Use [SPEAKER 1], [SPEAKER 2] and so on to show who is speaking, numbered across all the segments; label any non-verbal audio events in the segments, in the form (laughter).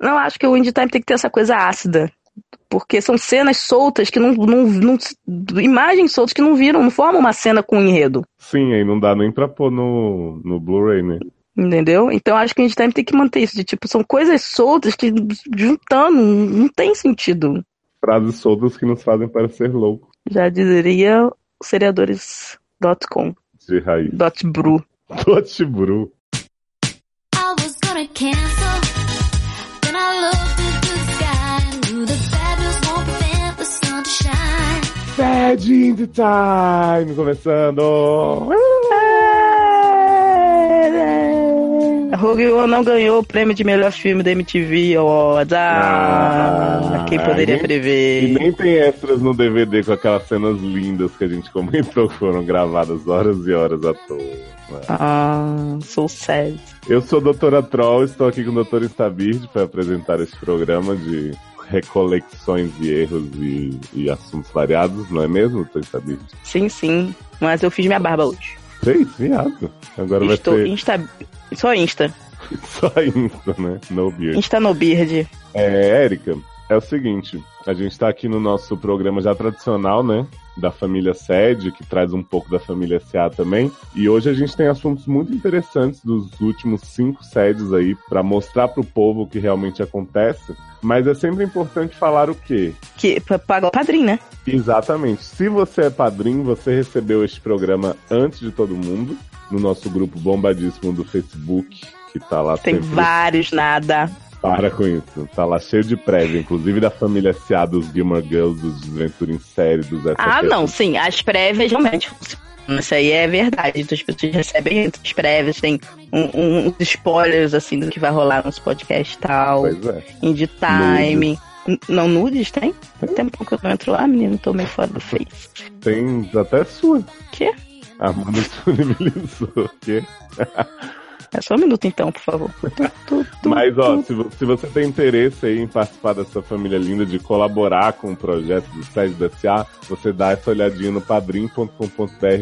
[SPEAKER 1] Não, acho que o Indie Time tem que ter essa coisa ácida. Porque são cenas soltas que não. não, não imagens soltas que não viram, não formam uma cena com um enredo.
[SPEAKER 2] Sim, aí não dá nem pra pôr no, no Blu-ray, né?
[SPEAKER 1] Entendeu? Então acho que o Indie Time tem que manter isso. De tipo, são coisas soltas que juntando não tem sentido.
[SPEAKER 2] Frases soltas que nos fazem parecer loucos.
[SPEAKER 1] Já diria seriadores.com.
[SPEAKER 2] De raiz. (laughs)
[SPEAKER 1] Dot Bru.
[SPEAKER 2] Dot Bru.
[SPEAKER 3] I was gonna cancel. Then I looked at the sky and knew the fabulous won't prevent the sun to shine.
[SPEAKER 2] Bad in the time! Começando!
[SPEAKER 1] Rogue One não ganhou o prêmio de melhor filme da MTV Awards. Ah,
[SPEAKER 2] Ah,
[SPEAKER 1] quem poderia
[SPEAKER 2] nem- E
[SPEAKER 1] prever?
[SPEAKER 2] nem tem extras no DVD com aquelas cenas lindas que a gente comentou que foram gravadas horas e horas à toa.
[SPEAKER 1] Ah, sou sad.
[SPEAKER 2] Eu sou a doutora Troll, estou aqui com o doutor Instabird para apresentar esse programa de recolecções e erros e, e assuntos variados, não é mesmo, doutor Instabird?
[SPEAKER 1] Sim, sim. Mas eu fiz minha barba hoje.
[SPEAKER 2] Gente, viado. Agora
[SPEAKER 1] Estou
[SPEAKER 2] vai ser
[SPEAKER 1] insta. Só Insta.
[SPEAKER 2] (laughs) só isso, né? No beard.
[SPEAKER 1] Insta no Beard.
[SPEAKER 2] É, Érica, é o seguinte, a gente tá aqui no nosso programa já tradicional, né? Da família Sede, que traz um pouco da família SA também. E hoje a gente tem assuntos muito interessantes dos últimos cinco sedes aí, pra mostrar pro povo o que realmente acontece. Mas é sempre importante falar o quê?
[SPEAKER 1] Que p- paga o padrinho, né?
[SPEAKER 2] Exatamente. Se você é padrinho, você recebeu este programa antes de todo mundo, no nosso grupo bombadíssimo do Facebook, que tá lá
[SPEAKER 1] Tem
[SPEAKER 2] sempre
[SPEAKER 1] vários nada.
[SPEAKER 2] para com isso. Tá lá cheio de prévia, inclusive da família SA, dos Gilmore Girls, dos Desventura em Série, dos SFP.
[SPEAKER 1] Ah, não, sim. As prévias realmente funcionam. Isso aí é verdade. Então, as pessoas recebem as prévias, tem um- um- uns spoilers assim do que vai rolar nos podcasts e tal.
[SPEAKER 2] Pois é.
[SPEAKER 1] Indie Time. N- Não, nudes tem? Tem um tempo que eu não entro lá, menino, tô meio fora do Face.
[SPEAKER 2] Tem até sua.
[SPEAKER 1] Quê?
[SPEAKER 2] A Amanda (laughs) disponibilizou. o quê?
[SPEAKER 1] É só um minuto então, por favor. Tu, tu, tu,
[SPEAKER 2] Mas, ó,
[SPEAKER 1] tu.
[SPEAKER 2] se, vo- se você tem interesse aí em participar dessa família linda, de colaborar com o projeto do Sede da SA, você dá essa olhadinha no padrim.com.br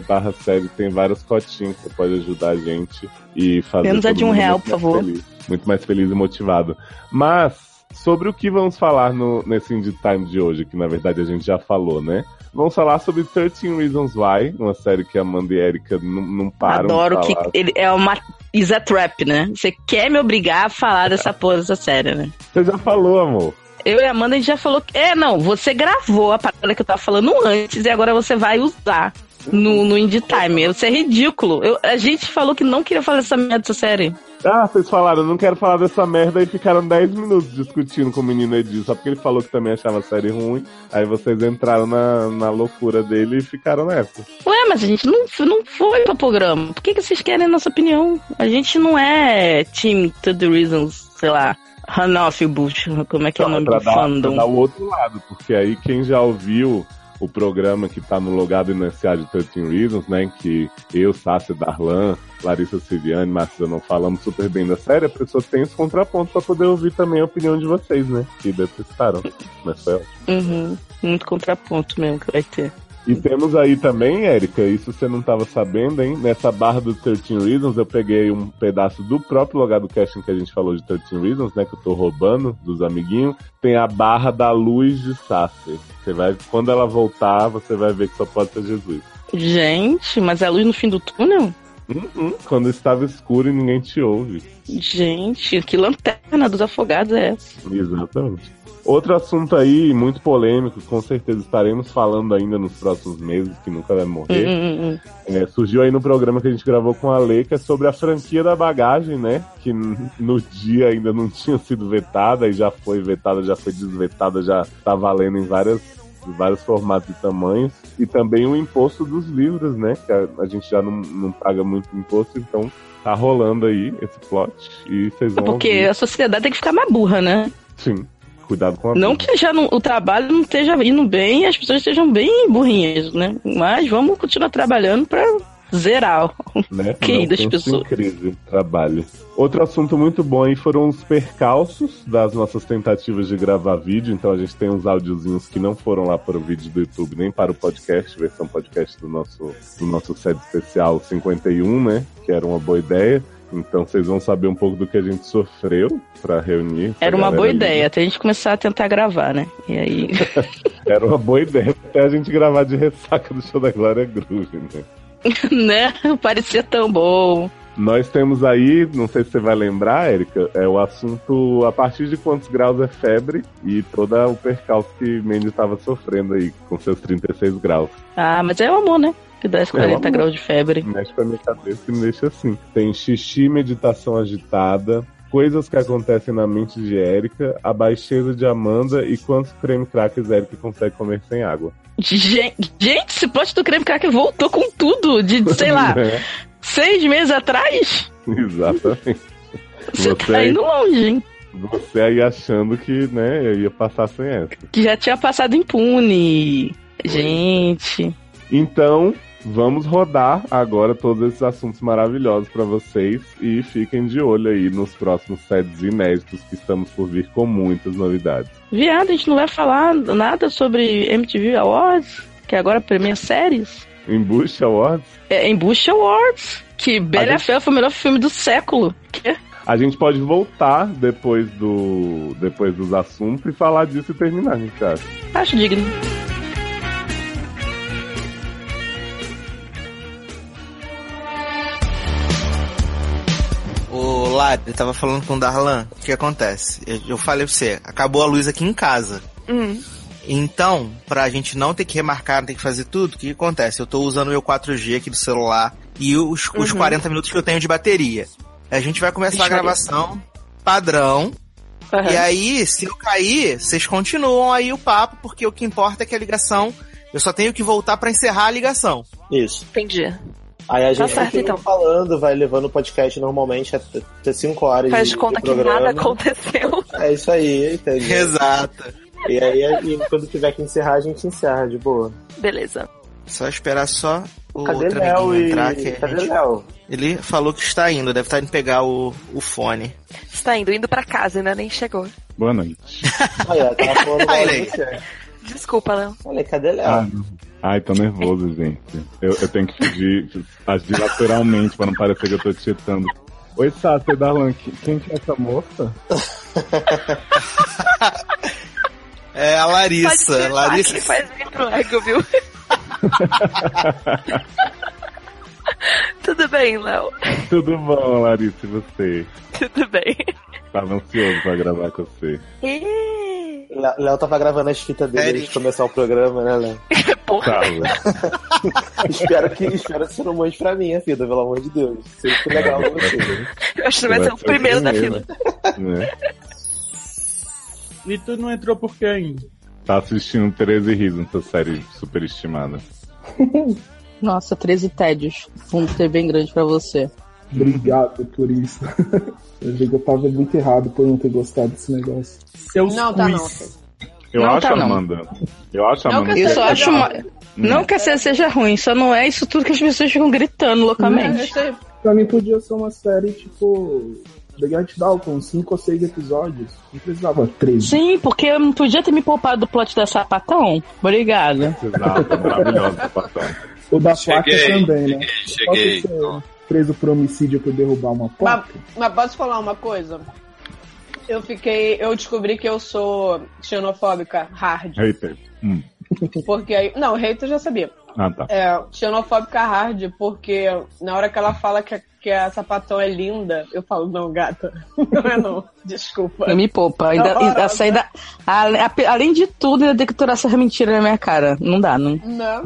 [SPEAKER 2] barra sede, tem várias cotinhas que você pode ajudar a gente e fazer
[SPEAKER 1] Menos a
[SPEAKER 2] todo
[SPEAKER 1] de um
[SPEAKER 2] mundo
[SPEAKER 1] real,
[SPEAKER 2] muito
[SPEAKER 1] por
[SPEAKER 2] mais
[SPEAKER 1] favor.
[SPEAKER 2] feliz, muito mais feliz e motivado. Mas, sobre o que vamos falar no, nesse Indie Time de hoje, que na verdade a gente já falou, né? Vamos falar sobre 13 Reasons Why, uma série que a Amanda e a Erika não, não param
[SPEAKER 1] Adoro
[SPEAKER 2] de
[SPEAKER 1] que
[SPEAKER 2] falar.
[SPEAKER 1] ele é uma. Is a trap, né? Você quer me obrigar a falar dessa porra dessa série, né?
[SPEAKER 2] Você já falou, amor.
[SPEAKER 1] Eu e a Amanda, a gente já falou que. É, não, você gravou a parada que eu tava falando antes e agora você vai usar no, no Indie Time. Isso é ridículo. Eu- a gente falou que não queria falar dessa merda dessa série.
[SPEAKER 2] Ah, vocês falaram, eu não quero falar dessa merda e ficaram 10 minutos discutindo com o menino Edil, só porque ele falou que também achava a série ruim. Aí vocês entraram na, na loucura dele e ficaram nessa.
[SPEAKER 1] Ué, mas a gente não, não foi pra programa. Por que, que vocês querem a nossa opinião? A gente não é Team To The Reasons, sei lá, Hanoff Bush, como é que é o nome
[SPEAKER 2] pra
[SPEAKER 1] do
[SPEAKER 2] dar, pra
[SPEAKER 1] fandom?
[SPEAKER 2] dar o outro lado, porque aí quem já ouviu o programa que tá no logado e no SA de 13 Reasons, né? Que eu, Sácia Darlan, Larissa Siriane, Marcelo não falamos super bem da série, a pessoa tem esse contraponto pra poder ouvir também a opinião de vocês, né? Que detestaram. Mas foi
[SPEAKER 1] Uhum. Muito contraponto mesmo que vai ter.
[SPEAKER 2] E temos aí também, Érica, isso você não estava sabendo, hein? Nessa barra do 13 Reasons, eu peguei um pedaço do próprio logado casting que a gente falou de 13 Reasons, né? Que eu tô roubando dos amiguinhos. Tem a barra da luz de Sasser. Você vai, quando ela voltar, você vai ver que só pode ser Jesus.
[SPEAKER 1] Gente, mas é a luz no fim do túnel?
[SPEAKER 2] Uhum, quando estava escuro e ninguém te ouve.
[SPEAKER 1] Gente, que lanterna dos afogados é essa?
[SPEAKER 2] Exatamente. Outro assunto aí, muito polêmico, com certeza estaremos falando ainda nos próximos meses, que nunca vai morrer.
[SPEAKER 1] Hum, hum, hum.
[SPEAKER 2] É, surgiu aí no programa que a gente gravou com a Lê, que é sobre a franquia da bagagem, né? Que n- no dia ainda não (laughs) tinha sido vetada, e já foi vetada, já foi desvetada, já tá valendo em várias de vários formatos e tamanhos, e também o imposto dos livros, né? Que a, a gente já não, não paga muito imposto, então tá rolando aí esse plot, e vocês
[SPEAKER 1] É
[SPEAKER 2] vão
[SPEAKER 1] Porque
[SPEAKER 2] ouvir.
[SPEAKER 1] a sociedade tem que ficar mais burra, né?
[SPEAKER 2] Sim, cuidado com a
[SPEAKER 1] Não
[SPEAKER 2] vida.
[SPEAKER 1] que já não- o trabalho não esteja indo bem e as pessoas estejam bem burrinhas, né? Mas vamos continuar trabalhando pra zerar.
[SPEAKER 2] né?
[SPEAKER 1] Que
[SPEAKER 2] Não
[SPEAKER 1] das
[SPEAKER 2] pense
[SPEAKER 1] pessoas.
[SPEAKER 2] Em crise, trabalho. Outro assunto muito bom aí foram os percalços das nossas tentativas de gravar vídeo. Então a gente tem uns áudiozinhos que não foram lá para o vídeo do YouTube, nem para o podcast, um, versão podcast do nosso, do nosso set especial 51, né? Que era uma boa ideia. Então vocês vão saber um pouco do que a gente sofreu pra reunir. essa
[SPEAKER 1] Era uma
[SPEAKER 2] galera
[SPEAKER 1] boa
[SPEAKER 2] linda.
[SPEAKER 1] ideia, até a gente começar a tentar gravar, né? E aí. (laughs)
[SPEAKER 2] Era uma boa ideia até a gente gravar de ressaca do show da Glória Groove, né?
[SPEAKER 1] né? Parecia tão bom.
[SPEAKER 2] Nós temos aí, não sei se você vai lembrar, Érica, é o assunto a partir de quantos graus é febre e todo o percalço que Mandy estava sofrendo aí com seus 36 graus.
[SPEAKER 1] Ah, mas é o amor, né? Que dá esses
[SPEAKER 2] É o
[SPEAKER 1] 40
[SPEAKER 2] amor.
[SPEAKER 1] graus de febre.
[SPEAKER 2] Mexe com a minha cabeça e me deixa assim. Tem xixi, meditação agitada, coisas que acontecem na mente de Érica, a baixeza de Amanda e quantos creme crackers Érica consegue comer sem água.
[SPEAKER 1] Gen- Gente, esse plot do creme crack voltou com tudo de, sei lá,
[SPEAKER 2] (laughs) Né?
[SPEAKER 1] seis meses atrás?
[SPEAKER 2] Exatamente.
[SPEAKER 1] Você
[SPEAKER 2] Você
[SPEAKER 1] tá
[SPEAKER 2] aí.
[SPEAKER 1] indo longe, hein?
[SPEAKER 2] Você aí achando que, né, eu ia passar sem essa.
[SPEAKER 1] Que já tinha passado impune. Gente.
[SPEAKER 2] Então, vamos rodar agora todos esses assuntos maravilhosos para vocês e fiquem de olho aí nos próximos sets inéditos que estamos por vir com muitas novidades.
[SPEAKER 1] Viado, a gente não vai falar nada sobre MTV Awards, que agora é premia séries.
[SPEAKER 2] Embucha Awards,
[SPEAKER 1] É, Embush Awards, que Bela
[SPEAKER 2] gente-
[SPEAKER 1] e a Fera foi o melhor filme do século. Que?
[SPEAKER 2] a gente pode voltar depois do depois dos assuntos e falar disso e terminar, gente acha?
[SPEAKER 1] Acho digno.
[SPEAKER 4] Ô, Lari, eu tava falando com o Darlan. O que acontece? Eu, eu falei pra você, acabou a luz aqui em casa.
[SPEAKER 5] Hum.
[SPEAKER 4] Então, pra gente não ter que remarcar, não ter que fazer tudo, o que acontece? Eu tô usando o meu 4G aqui do celular e os, os
[SPEAKER 6] Uhum.
[SPEAKER 4] 40 minutos que eu tenho de bateria. A gente vai começar
[SPEAKER 1] Deixa
[SPEAKER 4] a
[SPEAKER 1] eu ver.
[SPEAKER 4] gravação padrão.
[SPEAKER 1] Aham.
[SPEAKER 4] E aí, se eu cair, vocês continuam aí o papo, porque o que importa é que a ligação. Eu só tenho que voltar pra encerrar a ligação.
[SPEAKER 6] Isso.
[SPEAKER 5] Entendi.
[SPEAKER 6] Aí a
[SPEAKER 5] Tá
[SPEAKER 6] gente
[SPEAKER 5] certo,
[SPEAKER 6] continua
[SPEAKER 5] então.
[SPEAKER 6] falando, vai levando o podcast normalmente até 5 horas
[SPEAKER 5] Faz
[SPEAKER 6] de,
[SPEAKER 5] de conta
[SPEAKER 6] de
[SPEAKER 5] que
[SPEAKER 6] programa.
[SPEAKER 5] nada aconteceu. (laughs)
[SPEAKER 6] É isso aí, entende?
[SPEAKER 4] Exato.
[SPEAKER 6] E aí, e quando tiver que encerrar, a gente encerra, de boa.
[SPEAKER 5] Beleza.
[SPEAKER 4] Só esperar só o
[SPEAKER 6] Cadê
[SPEAKER 4] outro
[SPEAKER 6] Léo
[SPEAKER 4] amiguinho
[SPEAKER 6] e...
[SPEAKER 4] entrar que a
[SPEAKER 6] Cadê
[SPEAKER 4] gente-
[SPEAKER 6] Léo?
[SPEAKER 4] Ele falou que está indo, deve estar indo pegar o, o fone.
[SPEAKER 5] Está tá indo, indo pra casa, ainda nem chegou.
[SPEAKER 7] Boa noite.
[SPEAKER 2] (laughs)
[SPEAKER 6] Aí, ó, tava
[SPEAKER 4] (laughs)
[SPEAKER 6] tá falando mal
[SPEAKER 4] Olha
[SPEAKER 6] de
[SPEAKER 4] aí.
[SPEAKER 6] você.
[SPEAKER 5] Desculpa, Léo.
[SPEAKER 6] Falei, cadê Léo?
[SPEAKER 7] Ah, não. Ai, tô nervoso, gente. Eu, eu tenho que pedir, agir lateralmente pra não parecer que eu tô tietando. Oi, Sáter Darlan, que- quem que é essa moça?
[SPEAKER 4] É a
[SPEAKER 5] Pode
[SPEAKER 4] Larissa.
[SPEAKER 5] ser
[SPEAKER 4] Larissa.
[SPEAKER 5] que faz muito lego, viu? Tudo bem, Léo.
[SPEAKER 2] Tudo bom, Larissa, e você?
[SPEAKER 5] Tudo bem.
[SPEAKER 2] Tava ansioso pra gravar com você.
[SPEAKER 5] Ih,
[SPEAKER 6] Léo- Léo tava gravando as fitas dele antes de
[SPEAKER 4] Eric.
[SPEAKER 6] começar o programa,
[SPEAKER 4] (laughs)
[SPEAKER 6] né, Léo?
[SPEAKER 5] Porra.
[SPEAKER 1] (laughs)
[SPEAKER 2] Tava.
[SPEAKER 6] espero que espero que você não mande pra mim a vida, pelo amor de Deus. Sempre legal pra você.
[SPEAKER 5] Eu acho que vai ser o primeiro da fila.
[SPEAKER 2] Né?
[SPEAKER 7] E tu não entrou por quê ainda?
[SPEAKER 2] Tá assistindo 13 Risos, essa série superestimada.
[SPEAKER 1] Nossa, 13 tédios. Fundo ser bem grande pra você.
[SPEAKER 8] Obrigado por isso. (laughs) Eu digo, eu tava muito errado por não ter gostado desse negócio.
[SPEAKER 7] Seus
[SPEAKER 9] Não, tá não.
[SPEAKER 2] Eu
[SPEAKER 1] Não
[SPEAKER 2] acho
[SPEAKER 1] tá,
[SPEAKER 2] a
[SPEAKER 1] não.
[SPEAKER 2] Amanda. Eu acho a
[SPEAKER 9] Não Hum.
[SPEAKER 2] Amanda.
[SPEAKER 9] que
[SPEAKER 1] Eu só
[SPEAKER 9] Legal.
[SPEAKER 1] acho. Uma... Não que a série seja ruim, só não é isso tudo que as pessoas ficam gritando
[SPEAKER 9] É,
[SPEAKER 1] loucamente.
[SPEAKER 9] isso aí.
[SPEAKER 8] Pra mim podia ser uma série tipo The Great Down, com 5 ou 6 episódios. Não precisava 13.
[SPEAKER 1] Sim, porque eu não podia ter me poupado do plot da sapatão. Obrigada.
[SPEAKER 2] Exato, maravilhosa tá passar.
[SPEAKER 8] O da
[SPEAKER 10] Cheguei,
[SPEAKER 8] placa também, né?
[SPEAKER 10] Cheguei.
[SPEAKER 8] Posso ser preso por homicídio por derrubar uma placa?
[SPEAKER 9] Mas posso falar uma coisa? Eu fiquei. Eu descobri que eu sou xenofóbica hard.
[SPEAKER 2] Hater. Hum.
[SPEAKER 9] Porque aí. Não, hater eu já sabia.
[SPEAKER 2] Ah, tá.
[SPEAKER 9] É, xenofóbica hard, porque na hora que ela fala que a, que a sapatão é linda, eu falo, não, gata. (laughs) Não é não. Desculpa.
[SPEAKER 1] Eu me poupa. Ainda,
[SPEAKER 9] Nossa.
[SPEAKER 1] ainda saí da- ale- ape- Além de tudo, ainda decorar essa mentira na minha cara. Não dá, não.
[SPEAKER 9] Não. Né?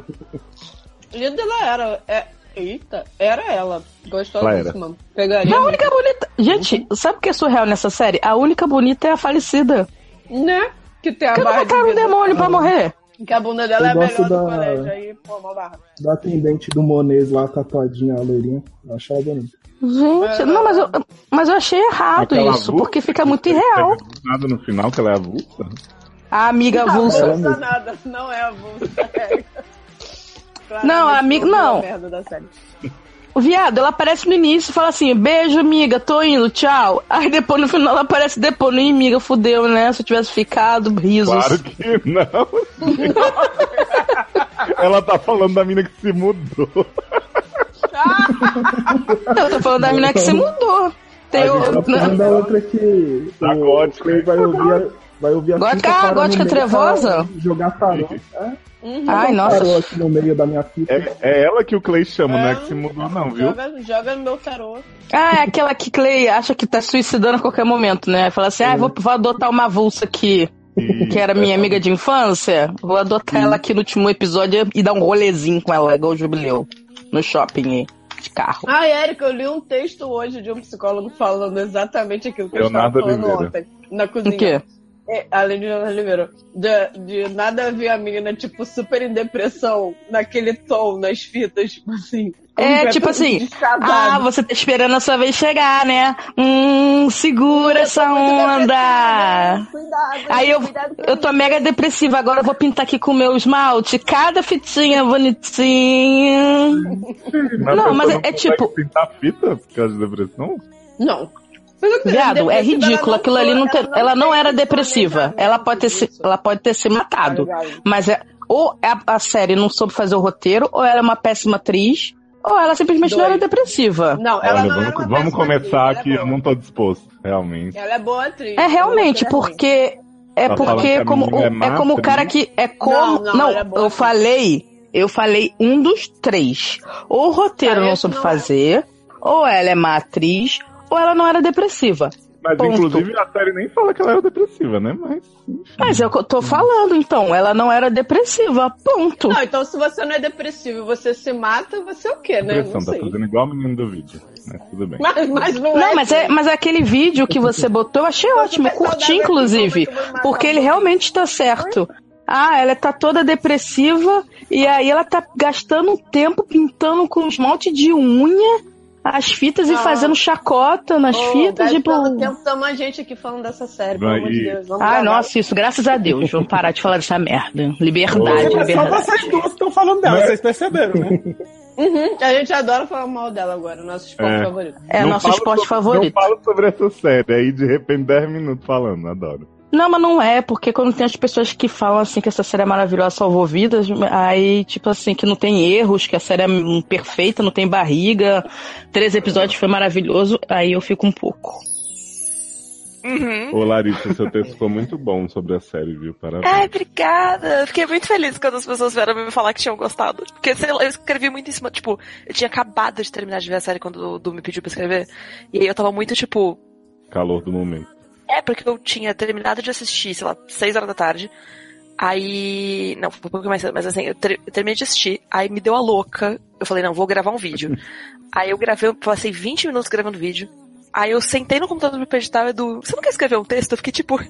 [SPEAKER 9] Linda ela era. É, eita, era ela. Gostosíssima. Pegaria.
[SPEAKER 1] A única bonita. Gente, sabe o que é surreal nessa série? A única bonita é a falecida.
[SPEAKER 9] Né? Que tem a
[SPEAKER 1] Porque
[SPEAKER 9] barra de
[SPEAKER 1] mataram um
[SPEAKER 9] vida.
[SPEAKER 1] demônio pra morrer.
[SPEAKER 9] Que a bunda dela
[SPEAKER 8] Eu
[SPEAKER 9] é melhor
[SPEAKER 8] gosto
[SPEAKER 9] do
[SPEAKER 8] da-
[SPEAKER 9] colégio. Aí, pô, mó barra.
[SPEAKER 8] Da atendente do Monês lá, tatuadinha, a loirinha. Eu achava bonito.
[SPEAKER 1] Gente, não, mas eu, mas eu achei errado
[SPEAKER 2] Aquela
[SPEAKER 1] isso,
[SPEAKER 2] avulsa?
[SPEAKER 1] porque fica muito irreal.
[SPEAKER 2] Nada no final que ela é avulsa.
[SPEAKER 1] A amiga avulsa.
[SPEAKER 9] Não
[SPEAKER 8] Ela
[SPEAKER 9] é
[SPEAKER 8] mesmo.
[SPEAKER 9] nada, não é a bunda. É. Claramente
[SPEAKER 1] Não, amigo,
[SPEAKER 11] é
[SPEAKER 9] foi
[SPEAKER 1] não.
[SPEAKER 9] a merda da série.
[SPEAKER 1] O viado, ela aparece no início e fala assim: beijo, amiga, tô indo, tchau. (laughs) Aí depois no final ela aparece depois, no inimiga, fudeu, né? Se eu tivesse ficado, risos.
[SPEAKER 2] Claro que não. ela tá falando da mina que se mudou.
[SPEAKER 1] Eu tô falando da menina que você mudou. Tem
[SPEAKER 12] A
[SPEAKER 1] o-
[SPEAKER 12] gente
[SPEAKER 13] Tá falando da outra que.
[SPEAKER 12] Da
[SPEAKER 13] o-
[SPEAKER 12] gótica.
[SPEAKER 13] Clay vai ouvir a. Vai ouvir a
[SPEAKER 1] Gótica-
[SPEAKER 13] fita,
[SPEAKER 1] ah,
[SPEAKER 13] para no
[SPEAKER 1] gótica
[SPEAKER 13] meio,
[SPEAKER 1] trevosa?
[SPEAKER 13] para Jogar farol. É,
[SPEAKER 11] Uhum.
[SPEAKER 13] Parou
[SPEAKER 1] Ai, nossa.
[SPEAKER 13] aqui no meio da minha fita.
[SPEAKER 2] É, é ela que o Clay chama, não é que se mudou, não, viu?
[SPEAKER 11] Joga, joga no meu tarô.
[SPEAKER 1] Ah, é aquela que Clay acha que tá suicidando a qualquer momento, né? Fala assim, ah, vou, vou adotar uma avulsa aqui,
[SPEAKER 2] E-
[SPEAKER 1] que era minha amiga de infância. Vou adotar ela aqui no último episódio e dar um rolezinho com ela, igual o Jubileu, no shopping de carro.
[SPEAKER 11] Ai, Érica, eu li um texto hoje de um psicólogo falando exatamente aquilo que eu estava
[SPEAKER 2] Leonardo
[SPEAKER 11] falando
[SPEAKER 2] Oliveira.
[SPEAKER 11] ontem. Na cozinha.
[SPEAKER 1] O quê?
[SPEAKER 11] É, além de Leonardo Oliveira. De, de nada a ver a menina, tipo, super em depressão, naquele tom, nas fitas, tipo assim.
[SPEAKER 1] É,
[SPEAKER 11] completamente
[SPEAKER 1] tipo assim,
[SPEAKER 11] descasada.
[SPEAKER 1] Ah, você tá esperando a sua vez chegar, né? Hum, segura essa onda.
[SPEAKER 11] Cuidado,
[SPEAKER 1] Aí eu,
[SPEAKER 11] cuidado com
[SPEAKER 1] eu tô mega depressiva, agora eu vou pintar aqui com o meu esmalte. Cada fitinha bonitinha. Não, mas é- é
[SPEAKER 2] consegue
[SPEAKER 1] tipo-
[SPEAKER 2] pintar fita por causa de depressão?
[SPEAKER 11] Não. Mas eu-
[SPEAKER 1] Viado, é
[SPEAKER 11] depressiva,
[SPEAKER 1] ridículo.
[SPEAKER 11] ela
[SPEAKER 1] Aquilo ali
[SPEAKER 11] foi-
[SPEAKER 1] não tem, ela não
[SPEAKER 11] tem
[SPEAKER 1] era
[SPEAKER 11] condicionamento
[SPEAKER 1] depressiva.
[SPEAKER 11] algum
[SPEAKER 1] Ela pode ter se,
[SPEAKER 11] disso.
[SPEAKER 1] ela pode ter se matado.
[SPEAKER 11] Tá ligado?
[SPEAKER 1] Mas é, ou a, a série não soube fazer o roteiro, ou ela é uma péssima atriz, ou ela simplesmente não
[SPEAKER 11] Dois.
[SPEAKER 1] era depressiva.
[SPEAKER 11] Não, ela
[SPEAKER 2] Olha,
[SPEAKER 11] não
[SPEAKER 2] vamos,
[SPEAKER 11] era uma
[SPEAKER 2] vamos
[SPEAKER 11] péssima
[SPEAKER 2] começar
[SPEAKER 11] atriz,
[SPEAKER 2] aqui, eu
[SPEAKER 11] ela é boa.
[SPEAKER 2] não tô disposto, realmente.
[SPEAKER 11] Ela é boa atriz.
[SPEAKER 1] É realmente
[SPEAKER 11] ela assim.
[SPEAKER 1] porque é
[SPEAKER 2] Tá falando que
[SPEAKER 1] porque
[SPEAKER 2] a
[SPEAKER 1] como
[SPEAKER 2] menina
[SPEAKER 1] o-
[SPEAKER 2] é
[SPEAKER 1] é,
[SPEAKER 2] má,
[SPEAKER 1] como o cara
[SPEAKER 2] né?
[SPEAKER 1] que é como
[SPEAKER 11] Não, não,
[SPEAKER 1] não,
[SPEAKER 11] ela é boa
[SPEAKER 1] eu
[SPEAKER 11] atriz.
[SPEAKER 1] falei eu falei um dos três ou o roteiro
[SPEAKER 11] Parece
[SPEAKER 1] não soube
[SPEAKER 11] não é.
[SPEAKER 1] fazer ou ela é má atriz ou ela não era depressiva
[SPEAKER 2] Mas
[SPEAKER 1] Ponto.
[SPEAKER 2] inclusive a série nem fala que ela era depressiva, né? Mas. enfim.
[SPEAKER 1] mas é o que eu
[SPEAKER 2] Hum.
[SPEAKER 1] tô falando então ela não era depressiva ponto
[SPEAKER 11] Não, então se você não é depressivo e você se mata, você é o quê, né? Não
[SPEAKER 2] Depressão, tá
[SPEAKER 11] (laughs) sei.
[SPEAKER 2] fazendo igual o menino do vídeo. Mas tudo bem.
[SPEAKER 11] Mas, mas não, assim.
[SPEAKER 1] não, mas é, mas aquele vídeo que você botou, eu achei ótimo, curti inclusive. Porque ele realmente tá certo. Ah, ela tá toda depressiva e aí ela tá gastando tempo pintando com esmalte de unha as fitas e
[SPEAKER 11] Ah.
[SPEAKER 1] fazendo chacota nas fitas, tipo.
[SPEAKER 11] Tentamos a gente aqui falando dessa série, pelo
[SPEAKER 2] Vai.
[SPEAKER 11] amor de Deus. Vamos
[SPEAKER 1] Ai,
[SPEAKER 11] gravar.
[SPEAKER 1] Ah, nossa, isso, graças a Deus. Vamos parar de falar dessa merda. Liberdade,
[SPEAKER 2] Ô.
[SPEAKER 14] É só
[SPEAKER 1] liberdade.
[SPEAKER 14] vocês duas que estão falando dela, vocês perceberam, né?
[SPEAKER 11] Uhum, a gente adora falar mal dela agora, nosso esporte
[SPEAKER 2] É.
[SPEAKER 11] favorito.
[SPEAKER 1] É
[SPEAKER 2] Não
[SPEAKER 1] nosso
[SPEAKER 2] falo
[SPEAKER 1] esporte
[SPEAKER 2] sobre-
[SPEAKER 1] favorito.
[SPEAKER 2] Não falo sobre essa série, aí de repente 10 minutos falando, adoro.
[SPEAKER 1] Não, mas não é, porque quando tem as pessoas que falam assim que essa série é maravilhosa, salvou vidas, aí, tipo assim, que não tem erros, que a série é hum, perfeita, não tem barriga, três episódios foi maravilhoso, aí eu fico um pouco.
[SPEAKER 9] Uhum.
[SPEAKER 2] Ô Larissa, seu texto ficou muito bom sobre a série, viu? Parabéns.
[SPEAKER 9] Ai, obrigada. Eu Fiquei muito feliz quando as pessoas vieram me falar que tinham gostado. Porque, sei lá, eu escrevi muito em cima. Tipo, eu tinha acabado de terminar de ver a série quando o Du me pediu pra escrever. E aí eu tava muito, tipo,
[SPEAKER 2] Calor do momento.
[SPEAKER 9] É, porque eu tinha terminado de assistir, sei lá, 6 horas da tarde. Aí. Não, foi um pouco mais cedo, mas assim, eu, ter- eu terminei de assistir. Aí me deu a louca. Eu falei, não, vou gravar um vídeo.
[SPEAKER 2] (laughs)
[SPEAKER 9] aí eu gravei, eu passei 20 minutos gravando vídeo. Aí eu sentei no computador pra editar, o Edu, você não quer escrever um texto? Eu fiquei tipo.
[SPEAKER 2] (laughs)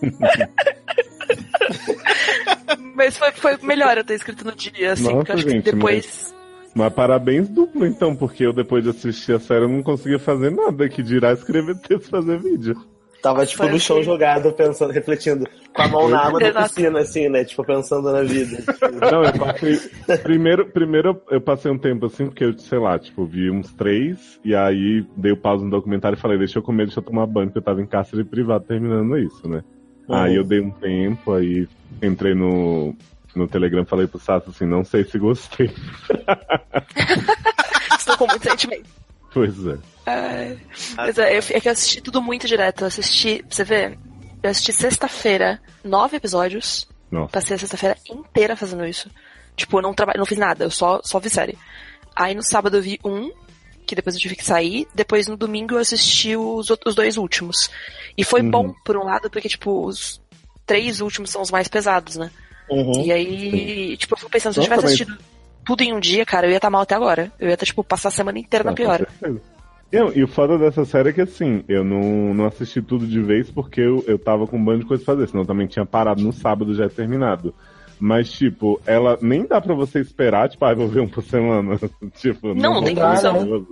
[SPEAKER 9] mas foi, foi melhor eu ter escrito no dia, assim,
[SPEAKER 2] Nossa,
[SPEAKER 9] porque eu acho
[SPEAKER 2] gente,
[SPEAKER 9] que depois.
[SPEAKER 2] Mas parabéns duplo, então, porque eu depois de assistir a série eu não conseguia fazer nada que dirá escrever (laughs) texto fazer vídeo.
[SPEAKER 14] Tava, tipo, no chão jogado, pensando, refletindo, com a mão na água da
[SPEAKER 9] Exato.
[SPEAKER 14] piscina, assim, né? Tipo, pensando na vida. tipo.
[SPEAKER 2] Não, eu passei. Primeiro, primeiro eu passei um tempo assim, porque eu, sei lá, tipo, vi uns três, e aí dei o pausa no documentário e falei, deixa eu comer, deixa eu tomar banho, porque eu tava em cárcere privado terminando isso, né? Aí eu dei um tempo, aí entrei no, no Telegram falei pro Sato assim, não sei se gostei. (laughs)
[SPEAKER 9] Estou com muito
[SPEAKER 2] (laughs)
[SPEAKER 9] sentimento.
[SPEAKER 2] Pois é.
[SPEAKER 9] Ai, Mas é, eu- é que eu assisti tudo muito direto. Eu assisti, pra você ver, eu assisti sexta-feira, nove episódios.
[SPEAKER 2] Nossa.
[SPEAKER 9] Passei a sexta-feira inteira fazendo isso. Tipo, eu não trabalho, não fiz nada, eu só, só vi série. Aí no sábado eu vi um, que depois eu tive que sair. Depois no domingo eu assisti os, outros- os dois últimos. E foi
[SPEAKER 2] Uhum.
[SPEAKER 9] bom, por um lado, porque, tipo, os três últimos são os mais pesados, né? E aí, tipo, eu fico pensando, se eu
[SPEAKER 2] Uhum. Nossa,
[SPEAKER 9] tivesse
[SPEAKER 2] mas-
[SPEAKER 9] assistido tudo em um dia, cara, eu ia estar mal até agora. Eu ia estar, tipo, passar a semana inteira na
[SPEAKER 2] Ah, com
[SPEAKER 9] pior.
[SPEAKER 2] certeza. Não, e o foda dessa série é que assim, eu não, não assisti tudo de vez porque eu, eu tava com um bando de coisa pra fazer, senão eu também tinha parado no sábado já terminado. Mas, tipo, ela nem dá pra você esperar, tipo, ah, eu vou ver um por semana. (laughs) tipo,
[SPEAKER 9] Não, não tem
[SPEAKER 2] dá,
[SPEAKER 9] condição.
[SPEAKER 2] né?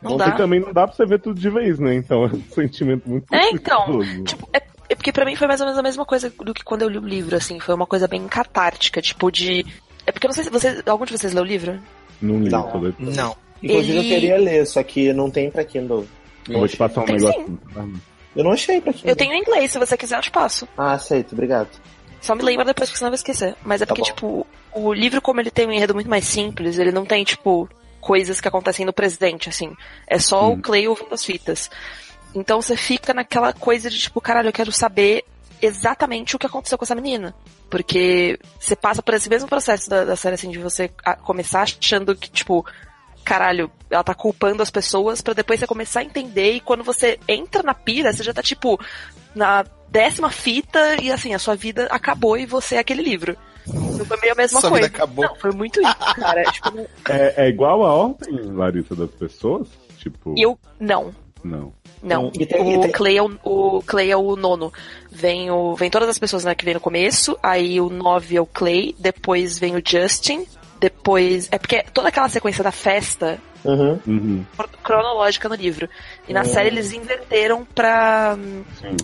[SPEAKER 9] Não
[SPEAKER 2] E
[SPEAKER 9] dá.
[SPEAKER 2] também não dá pra você ver tudo de vez, né? Então é um sentimento muito
[SPEAKER 9] É, então.
[SPEAKER 2] confuso.
[SPEAKER 9] Tipo, é, é porque pra mim foi mais ou menos a mesma coisa do que quando eu li o livro, assim. Foi uma coisa bem catártica, tipo de... É porque eu não sei se vocês... Algum de vocês leu o livro?
[SPEAKER 2] Não li,
[SPEAKER 14] Não.
[SPEAKER 2] só depois.
[SPEAKER 4] Não.
[SPEAKER 14] Inclusive,
[SPEAKER 9] Ele-
[SPEAKER 14] eu queria ler, só que não tem pra Kindle.
[SPEAKER 2] Eu vou te passar um
[SPEAKER 9] Tem
[SPEAKER 2] negócio.
[SPEAKER 14] Eu não achei pra Kindle.
[SPEAKER 9] Eu tenho em inglês, se você quiser eu te passo.
[SPEAKER 14] Ah, aceito, obrigado.
[SPEAKER 9] Só me lembra depois, porque senão eu vou esquecer. Mas é
[SPEAKER 14] Tá
[SPEAKER 9] porque,
[SPEAKER 14] bom.
[SPEAKER 9] tipo, o livro, como ele tem um enredo muito mais simples, ele não tem, tipo... coisas que acontecem no presente, assim. É só
[SPEAKER 14] Hum.
[SPEAKER 9] o Clay ouvindo as fitas. Então você fica naquela coisa de tipo, caralho, eu quero saber exatamente o que aconteceu com essa menina. Porque você passa por esse mesmo processo da, da série, assim, de você a- começar achando que, tipo, caralho, ela tá culpando as pessoas, pra depois você começar a entender, e quando você entra na pira, você já tá, tipo, na décima fita, e assim, a sua vida acabou e você é aquele livro. Não foi meio a mesma
[SPEAKER 4] Sua vida
[SPEAKER 9] coisa.
[SPEAKER 4] acabou.
[SPEAKER 9] Não, foi muito isso,
[SPEAKER 4] (laughs)
[SPEAKER 9] cara. tipo,
[SPEAKER 2] É, é igual a ordem, Larissa, das pessoas? Tipo,
[SPEAKER 9] eu, não,
[SPEAKER 2] não.
[SPEAKER 9] Não,
[SPEAKER 14] E tem- e
[SPEAKER 9] o,
[SPEAKER 14] tem-
[SPEAKER 9] Clay é o, o Clay é o nono. Vem, o, vem todas as pessoas né, que vem no começo, aí o nove é o Clay, depois vem o Justin, depois. É porque toda aquela sequência da festa
[SPEAKER 14] Uhum.
[SPEAKER 2] Uhum,
[SPEAKER 9] cro- cronológica no livro. E
[SPEAKER 14] É.
[SPEAKER 9] na série eles inverteram pra,
[SPEAKER 2] sim.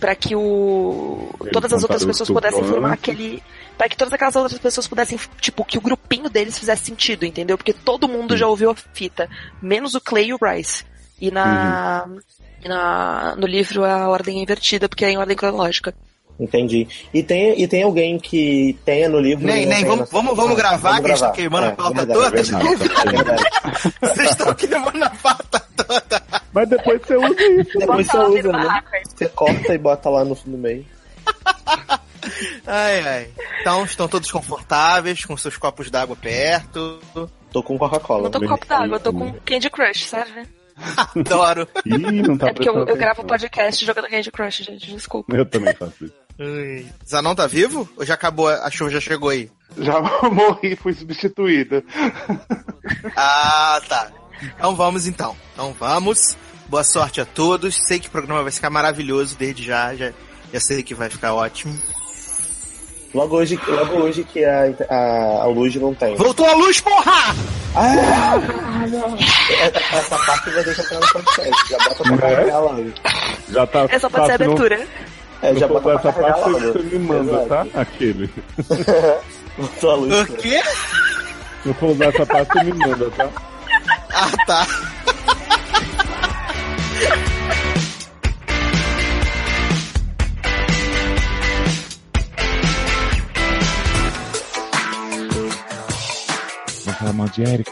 [SPEAKER 9] pra que o.
[SPEAKER 2] Eles
[SPEAKER 9] todas as outras
[SPEAKER 2] montaram
[SPEAKER 9] pessoas
[SPEAKER 2] o
[SPEAKER 9] pudessem
[SPEAKER 2] plano.
[SPEAKER 9] formar aquele. Pra que todas aquelas outras pessoas pudessem. Tipo, que o grupinho deles fizesse sentido, entendeu? Porque todo mundo já ouviu a fita. Menos o Clay e o Rice. E na.
[SPEAKER 2] Uhum.
[SPEAKER 9] e na no livro a ordem é invertida, porque é em ordem cronológica.
[SPEAKER 14] Entendi. E tem, e tem alguém que tenha no livro. e
[SPEAKER 4] Nem,
[SPEAKER 6] né,
[SPEAKER 14] não
[SPEAKER 4] nem,
[SPEAKER 14] tenha
[SPEAKER 4] vamos,
[SPEAKER 14] na-
[SPEAKER 4] vamos, vamos
[SPEAKER 14] Ah,
[SPEAKER 4] gravar, que a gente tá
[SPEAKER 14] gravar.
[SPEAKER 4] queimando
[SPEAKER 14] É,
[SPEAKER 4] a pauta
[SPEAKER 14] verdade,
[SPEAKER 4] toda.
[SPEAKER 14] verdade,
[SPEAKER 6] é
[SPEAKER 14] verdade.
[SPEAKER 4] Vocês estão queimando a pauta toda.
[SPEAKER 2] Mas depois você usa isso.
[SPEAKER 14] Depois você
[SPEAKER 6] é
[SPEAKER 9] Bota lá,
[SPEAKER 14] usa,
[SPEAKER 9] vira
[SPEAKER 14] né?
[SPEAKER 9] barraca aí.
[SPEAKER 14] Você corta e bota lá no, no meio.
[SPEAKER 4] Ai, ai. Então, estão todos confortáveis, com seus copos d'água perto.
[SPEAKER 14] Tô com Coca-Cola.
[SPEAKER 9] Não tô com copo d'água, eu tô com
[SPEAKER 2] Uhum.
[SPEAKER 9] Candy Crush, sabe?
[SPEAKER 4] Adoro.
[SPEAKER 2] Ih, não tá
[SPEAKER 9] é porque eu,
[SPEAKER 2] prestando
[SPEAKER 9] eu gravo
[SPEAKER 2] atenção.
[SPEAKER 9] podcast jogando Candy Crush, gente, desculpa.
[SPEAKER 2] Eu também faço isso.
[SPEAKER 4] Ai. Zanon tá vivo? Ou já acabou? A a chuva já chegou aí?
[SPEAKER 15] Já (laughs) morri, fui substituída.
[SPEAKER 4] Ah, tá. Então vamos então. Então vamos. Boa sorte a todos. Sei que o programa vai ficar maravilhoso desde já. Já, já sei que vai ficar ótimo.
[SPEAKER 14] Logo hoje, logo hoje que a, a, a luz não tem. Ah!
[SPEAKER 4] Voltou a luz, porra!
[SPEAKER 14] É, Essa parte vai deixar pra ela no podcast. Já bota pra
[SPEAKER 2] Né?
[SPEAKER 14] carregar logo.
[SPEAKER 2] Já tá.
[SPEAKER 9] Essa pode É ser a
[SPEAKER 2] tá, não-
[SPEAKER 9] abertura.
[SPEAKER 14] É, já
[SPEAKER 2] Eu vou
[SPEAKER 14] bota pra
[SPEAKER 2] essa
[SPEAKER 14] carregar
[SPEAKER 2] parte
[SPEAKER 14] logo.
[SPEAKER 2] você me manda,
[SPEAKER 14] Exato.
[SPEAKER 2] tá? Aquele.
[SPEAKER 14] Botou a luz.
[SPEAKER 4] O quê?
[SPEAKER 2] Eu vou usar essa parte você me manda, tá?
[SPEAKER 4] Ah, tá.
[SPEAKER 2] Vou falar mal de Eric.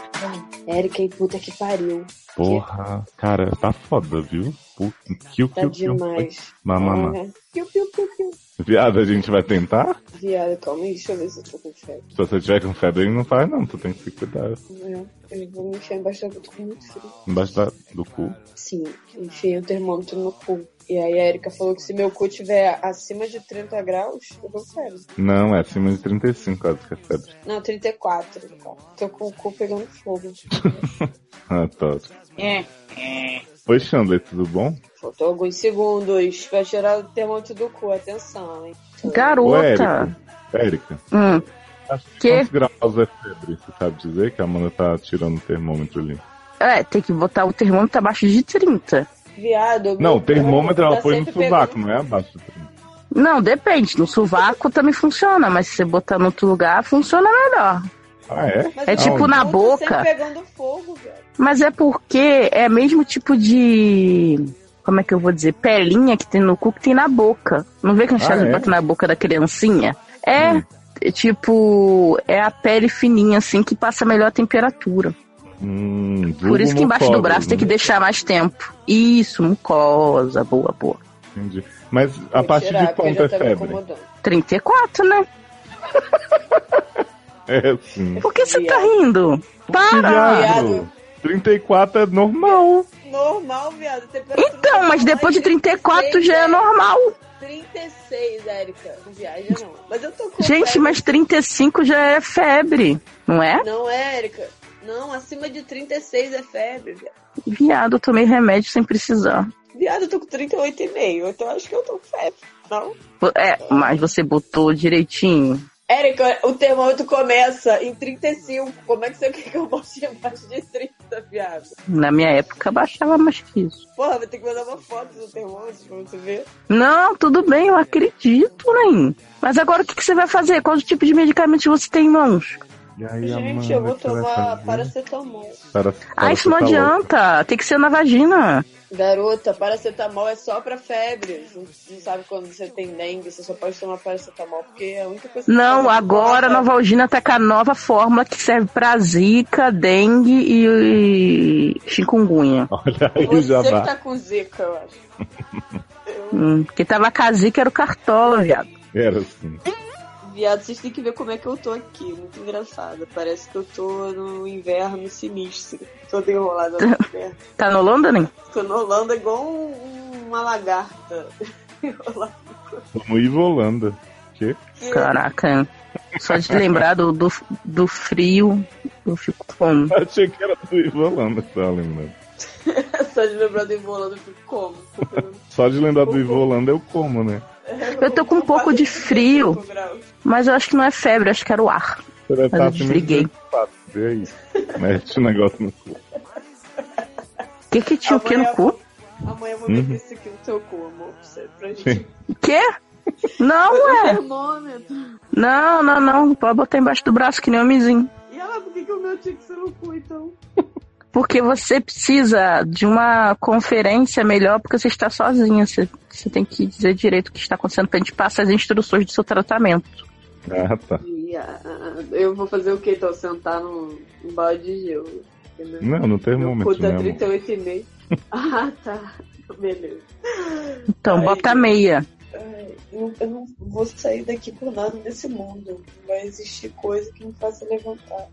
[SPEAKER 6] Érica e puta que pariu.
[SPEAKER 2] Porra, cara, tá foda, viu? Puta, que o
[SPEAKER 6] Tá
[SPEAKER 2] que o
[SPEAKER 6] demais.
[SPEAKER 2] Mamama.
[SPEAKER 6] Ah, Piu, piu, piu, piu.
[SPEAKER 2] Viado, a gente vai tentar?
[SPEAKER 6] Viado, calma aí, deixa eu ver se eu tô com febre.
[SPEAKER 2] Se você tiver com febre aí, não faz não. Tu tem que se cuidar.
[SPEAKER 6] É, Eu vou me enfiar embaixo da eu tô com muito frio.
[SPEAKER 2] Embaixo da, do cu.
[SPEAKER 6] Sim, enfiei o termômetro no cu. E aí a Erika falou que se meu cu tiver acima de 30 graus, eu tô com febre.
[SPEAKER 2] Não, é acima de 35 quase que é febre.
[SPEAKER 6] Não, 34. Tô com o cu pegando fogo.
[SPEAKER 2] Adoro. Ah, tá.
[SPEAKER 6] É.
[SPEAKER 2] Oi, Chandler, tudo bom?
[SPEAKER 6] Faltou alguns segundos. Vai tirar o termômetro do cu, atenção, hein?
[SPEAKER 2] Ô,
[SPEAKER 1] Garota.
[SPEAKER 2] Érica. Érica.
[SPEAKER 1] Hum. Que?
[SPEAKER 2] Quantos graus é febre? Você sabe dizer que a Amanda tá tirando o termômetro ali?
[SPEAKER 1] É, tem que botar o termômetro tá abaixo de 30.
[SPEAKER 6] Viado.
[SPEAKER 2] Não, o
[SPEAKER 6] meu
[SPEAKER 2] termômetro
[SPEAKER 6] cu
[SPEAKER 2] ela
[SPEAKER 6] tá
[SPEAKER 2] põe no
[SPEAKER 6] sempre pegando
[SPEAKER 2] sovaco, não é abaixo do 30.
[SPEAKER 1] Não, depende. No sovaco também funciona, mas se você botar no outro lugar, funciona melhor.
[SPEAKER 2] Ah, é?
[SPEAKER 6] Mas
[SPEAKER 1] É
[SPEAKER 6] o
[SPEAKER 1] tipo
[SPEAKER 6] meu
[SPEAKER 1] na
[SPEAKER 6] cu tá
[SPEAKER 1] boca.
[SPEAKER 6] sempre pegando fogo, velho.
[SPEAKER 1] Mas é porque é mesmo tipo de. Como é que eu vou dizer? Pelinha que tem no cu que tem na boca. Não vê que a gente
[SPEAKER 2] Ah, é?
[SPEAKER 1] bota na boca da criancinha? É,
[SPEAKER 2] Hum.
[SPEAKER 1] é tipo. É a pele fininha, assim, que passa melhor a temperatura.
[SPEAKER 2] Hum,
[SPEAKER 1] Por isso que embaixo do
[SPEAKER 2] vulgo
[SPEAKER 1] braço tem que
[SPEAKER 2] mucosa, né?
[SPEAKER 1] deixar mais tempo. Isso, mucosa. Boa, boa.
[SPEAKER 2] né? Entendi. Mas a
[SPEAKER 6] Vou
[SPEAKER 2] partir
[SPEAKER 6] tirar,
[SPEAKER 2] de
[SPEAKER 6] porque
[SPEAKER 2] quanto
[SPEAKER 6] já
[SPEAKER 2] é
[SPEAKER 6] tá me
[SPEAKER 2] febre?
[SPEAKER 6] incomodando.
[SPEAKER 1] 34, né?
[SPEAKER 2] É, sim.
[SPEAKER 1] Por que você tá rindo? Para!
[SPEAKER 2] Viado, 34 é normal.
[SPEAKER 6] Normal, viado. Temperatura
[SPEAKER 1] Então, mas depois de 34 já é normal.
[SPEAKER 6] 36, Érica. Não viaja, não. Mas eu tô com.
[SPEAKER 1] Gente,
[SPEAKER 6] febre.
[SPEAKER 1] mas 35 já é febre, não é?
[SPEAKER 6] Não é, Érica. Não, acima de 36 é febre, viado.
[SPEAKER 1] Viado, eu tomei remédio sem precisar.
[SPEAKER 6] Viado, eu tô com 38,5. Então acho que eu tô com febre. Não?
[SPEAKER 1] É, mas você botou direitinho.
[SPEAKER 6] Érica, o termômetro começa em 35. Como é que você quer que eu bote embaixo de 30, viado?
[SPEAKER 1] Na minha época baixava mais que isso.
[SPEAKER 6] Porra, vai ter que mandar uma foto do termômetro pra você ver.
[SPEAKER 1] Não, tudo bem, eu acredito, né? Mas agora o que, que você vai fazer? Qual o tipo de medicamento você tem em mãos?
[SPEAKER 2] E aí, Amanda,
[SPEAKER 6] Gente, eu vou
[SPEAKER 2] o que você vai
[SPEAKER 6] tomar
[SPEAKER 2] fazer?
[SPEAKER 6] paracetamol.
[SPEAKER 2] Para-
[SPEAKER 1] Ah,
[SPEAKER 2] para
[SPEAKER 1] isso não
[SPEAKER 2] (laughs) ficar louca.
[SPEAKER 1] adianta. Tem que ser na vagina.
[SPEAKER 6] Garota, paracetamol é só pra febre. Não, não sabe quando você tem dengue, você só pode tomar paracetamol, porque é a única coisa que você
[SPEAKER 1] Não,
[SPEAKER 6] pode
[SPEAKER 1] agora a
[SPEAKER 6] tomar.
[SPEAKER 1] Nova Algina tá com a nova fórmula que serve pra zika, dengue e, e chikungunya.
[SPEAKER 12] Olha
[SPEAKER 6] Você que tá com zica, eu acho.
[SPEAKER 1] Hum, quem tava com a zika era o Cartola, viado.
[SPEAKER 12] Era assim.
[SPEAKER 6] Viado, vocês têm que ver como é que eu tô aqui. Muito engraçado. Parece que eu tô no inverno sinistro. Toda enrolada
[SPEAKER 1] (laughs)
[SPEAKER 6] no inverno.
[SPEAKER 1] Tá no London? hein?
[SPEAKER 6] Tô na Holanda igual um- uma lagarta. Enrolada.
[SPEAKER 2] Como Ivo Holanda. Que?
[SPEAKER 1] Caraca, hein? só de lembrar do, do, do frio, eu fico como.
[SPEAKER 2] Eu achei que era do Ivo Holanda que tava lembrando.
[SPEAKER 6] (laughs) Só de lembrar do enrolando, eu fico como?
[SPEAKER 2] (laughs) Só de lembrar do Ivo Holanda eu como, né?
[SPEAKER 1] Eu tô com um pouco de frio, mas eu acho que não é febre, eu acho que era o ar.
[SPEAKER 2] Você deve
[SPEAKER 1] Mas eu
[SPEAKER 2] estar se
[SPEAKER 1] desliguei.
[SPEAKER 2] E aí? Mete o negócio no cu.
[SPEAKER 1] O que que tinha o que no cu?
[SPEAKER 6] Amanhã eu vou
[SPEAKER 2] Uhum.
[SPEAKER 6] meter isso aqui no teu cu, amor. pra você- Pra gente.
[SPEAKER 2] Sim.
[SPEAKER 1] Quê? Não, ué.
[SPEAKER 6] Termômetro.
[SPEAKER 1] Não, não, não. Pode botar embaixo do braço que nem um homenzinho.
[SPEAKER 6] E ela, por que, que o meu tinha que ser no cu, então?
[SPEAKER 1] Porque você precisa de uma conferência melhor porque você está sozinha. Você, você tem que dizer direito o que está acontecendo pra gente passar as instruções do seu tratamento.
[SPEAKER 2] Ah, tá.
[SPEAKER 6] E, ah, ah, eu vou fazer o que então? Sentar num, num balde de gelo. entendeu?
[SPEAKER 2] Não, no
[SPEAKER 6] Cu
[SPEAKER 2] termômetro,
[SPEAKER 6] tá
[SPEAKER 2] né, amor?
[SPEAKER 6] (laughs) 38,5. Ah, tá. Beleza.
[SPEAKER 1] Então, bota a meia.
[SPEAKER 6] Ai, Eu, eu não vou sair daqui por nada desse mundo. Vai existir coisa que me faça levantar.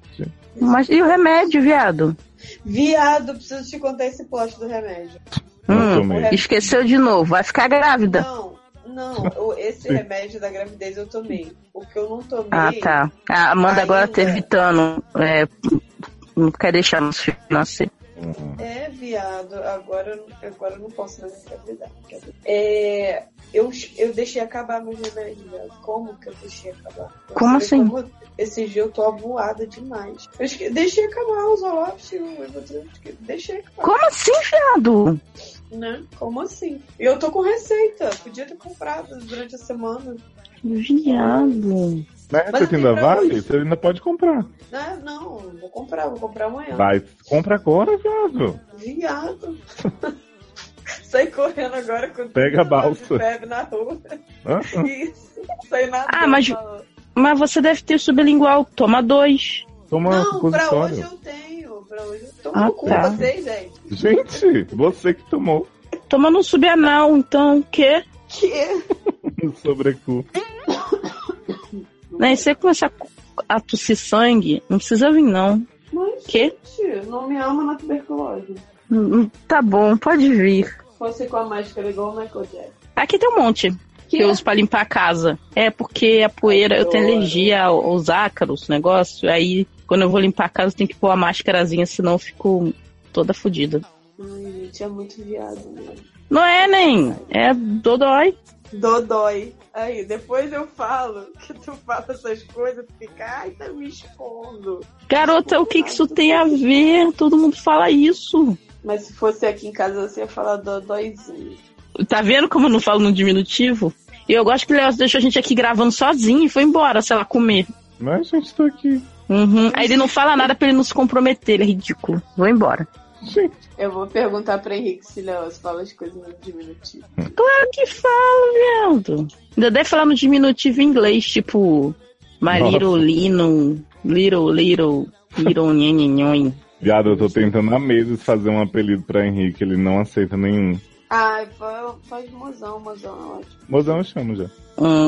[SPEAKER 1] Mas e o remédio, viado?
[SPEAKER 6] Viado, preciso te contar esse plot do remédio. um.
[SPEAKER 1] Hum,
[SPEAKER 6] tomei.
[SPEAKER 1] esqueceu de novo. Vai ficar grávida.
[SPEAKER 6] Não, não, eu- esse remédio da gravidez eu tomei. O que eu não tomei.
[SPEAKER 1] Ah, tá. A Amanda agora tá evitando. é, não quer deixar nos filhos nascer.
[SPEAKER 6] É, viado, agora, eu não- agora eu não posso mais engravidar. É, eu, eu deixei acabar meus remédios, viado. Como que eu deixei acabar? Eu
[SPEAKER 1] Como
[SPEAKER 6] sei
[SPEAKER 1] assim?
[SPEAKER 6] esse dia eu tô aboada demais. Eu esque- deixei acabar os olopes, eu eu vou ter- esque- deixei acabar.
[SPEAKER 1] Como assim, viado?
[SPEAKER 6] Né? Como assim? E eu tô com receita. Podia ter comprado durante a semana.
[SPEAKER 1] Viado.
[SPEAKER 2] Mas
[SPEAKER 6] Mas
[SPEAKER 2] você
[SPEAKER 6] eu
[SPEAKER 2] ainda
[SPEAKER 6] tenho
[SPEAKER 2] vale? Você ainda pode comprar.
[SPEAKER 6] Né? Não, vou comprar, vou comprar amanhã.
[SPEAKER 2] Vai, compra agora, viado.
[SPEAKER 6] Viado. (laughs) Saí correndo agora com
[SPEAKER 2] Pega a
[SPEAKER 6] de
[SPEAKER 2] balsa.
[SPEAKER 6] febre na rua. (laughs)
[SPEAKER 2] Hã?
[SPEAKER 6] Isso. Saí na
[SPEAKER 1] Ah, mas, mas você deve ter sublingual. Toma dois.
[SPEAKER 2] Toma
[SPEAKER 6] Não, pra hoje
[SPEAKER 2] supositório.
[SPEAKER 6] eu tenho. Pra hoje eu tô
[SPEAKER 1] Ah,
[SPEAKER 6] com
[SPEAKER 1] tá.
[SPEAKER 6] vocês, gente.
[SPEAKER 2] Gente, você que tomou
[SPEAKER 1] Toma no subanal, então, o quê?
[SPEAKER 6] Que?
[SPEAKER 2] no sobrecu.
[SPEAKER 1] Né, e se você começar a tossir sangue, não precisa vir, não.
[SPEAKER 6] Mas,
[SPEAKER 1] Quê?
[SPEAKER 6] gente, não me ama na tuberculose.
[SPEAKER 1] Hum, hum, Tá bom, pode vir.
[SPEAKER 6] Fosse com a máscara igual o Michael Jackson.
[SPEAKER 1] Aqui tem um monte que eu uso pra limpar a casa. É porque a poeira, eu tenho alergia ao- aos ácaros, negócio. Aí, quando eu vou limpar a casa, eu tenho que pôr a máscarazinha, senão eu fico toda fodida.
[SPEAKER 6] Ai, gente, é muito viado mesmo.
[SPEAKER 1] Não é, nem. É dodói.
[SPEAKER 6] Dodói. Aí, depois eu falo que tu fala essas coisas, tu fica, ai, tá me expondo.
[SPEAKER 1] Garota, o que, que isso tem a ver? Todo mundo fala isso.
[SPEAKER 6] Mas se fosse aqui em casa, você ia falar dodóizinho.
[SPEAKER 1] Tá vendo como eu não falo no diminutivo? E eu gosto que o Léo deixou a gente aqui gravando sozinho e foi embora, sei lá, comer.
[SPEAKER 2] Mas, gente, tô aqui.
[SPEAKER 1] Uhum. Aí ele não fala nada pra ele não se comprometer, ele é ridículo. Vou embora.
[SPEAKER 6] Eu vou perguntar pra Henrique se Léo fala as coisas no diminutivo.
[SPEAKER 1] Claro que falo, viado. Ainda deve falar no diminutivo em inglês, tipo. My
[SPEAKER 2] Nossa.
[SPEAKER 1] little lino, little, little, little, nhenhenhon.
[SPEAKER 2] Viado, eu tô tentando há meses fazer um apelido pra Henrique, ele não aceita nenhum.
[SPEAKER 6] Ai, fa- faz mozão, mozão é ótimo.
[SPEAKER 2] Mozão eu chamo já.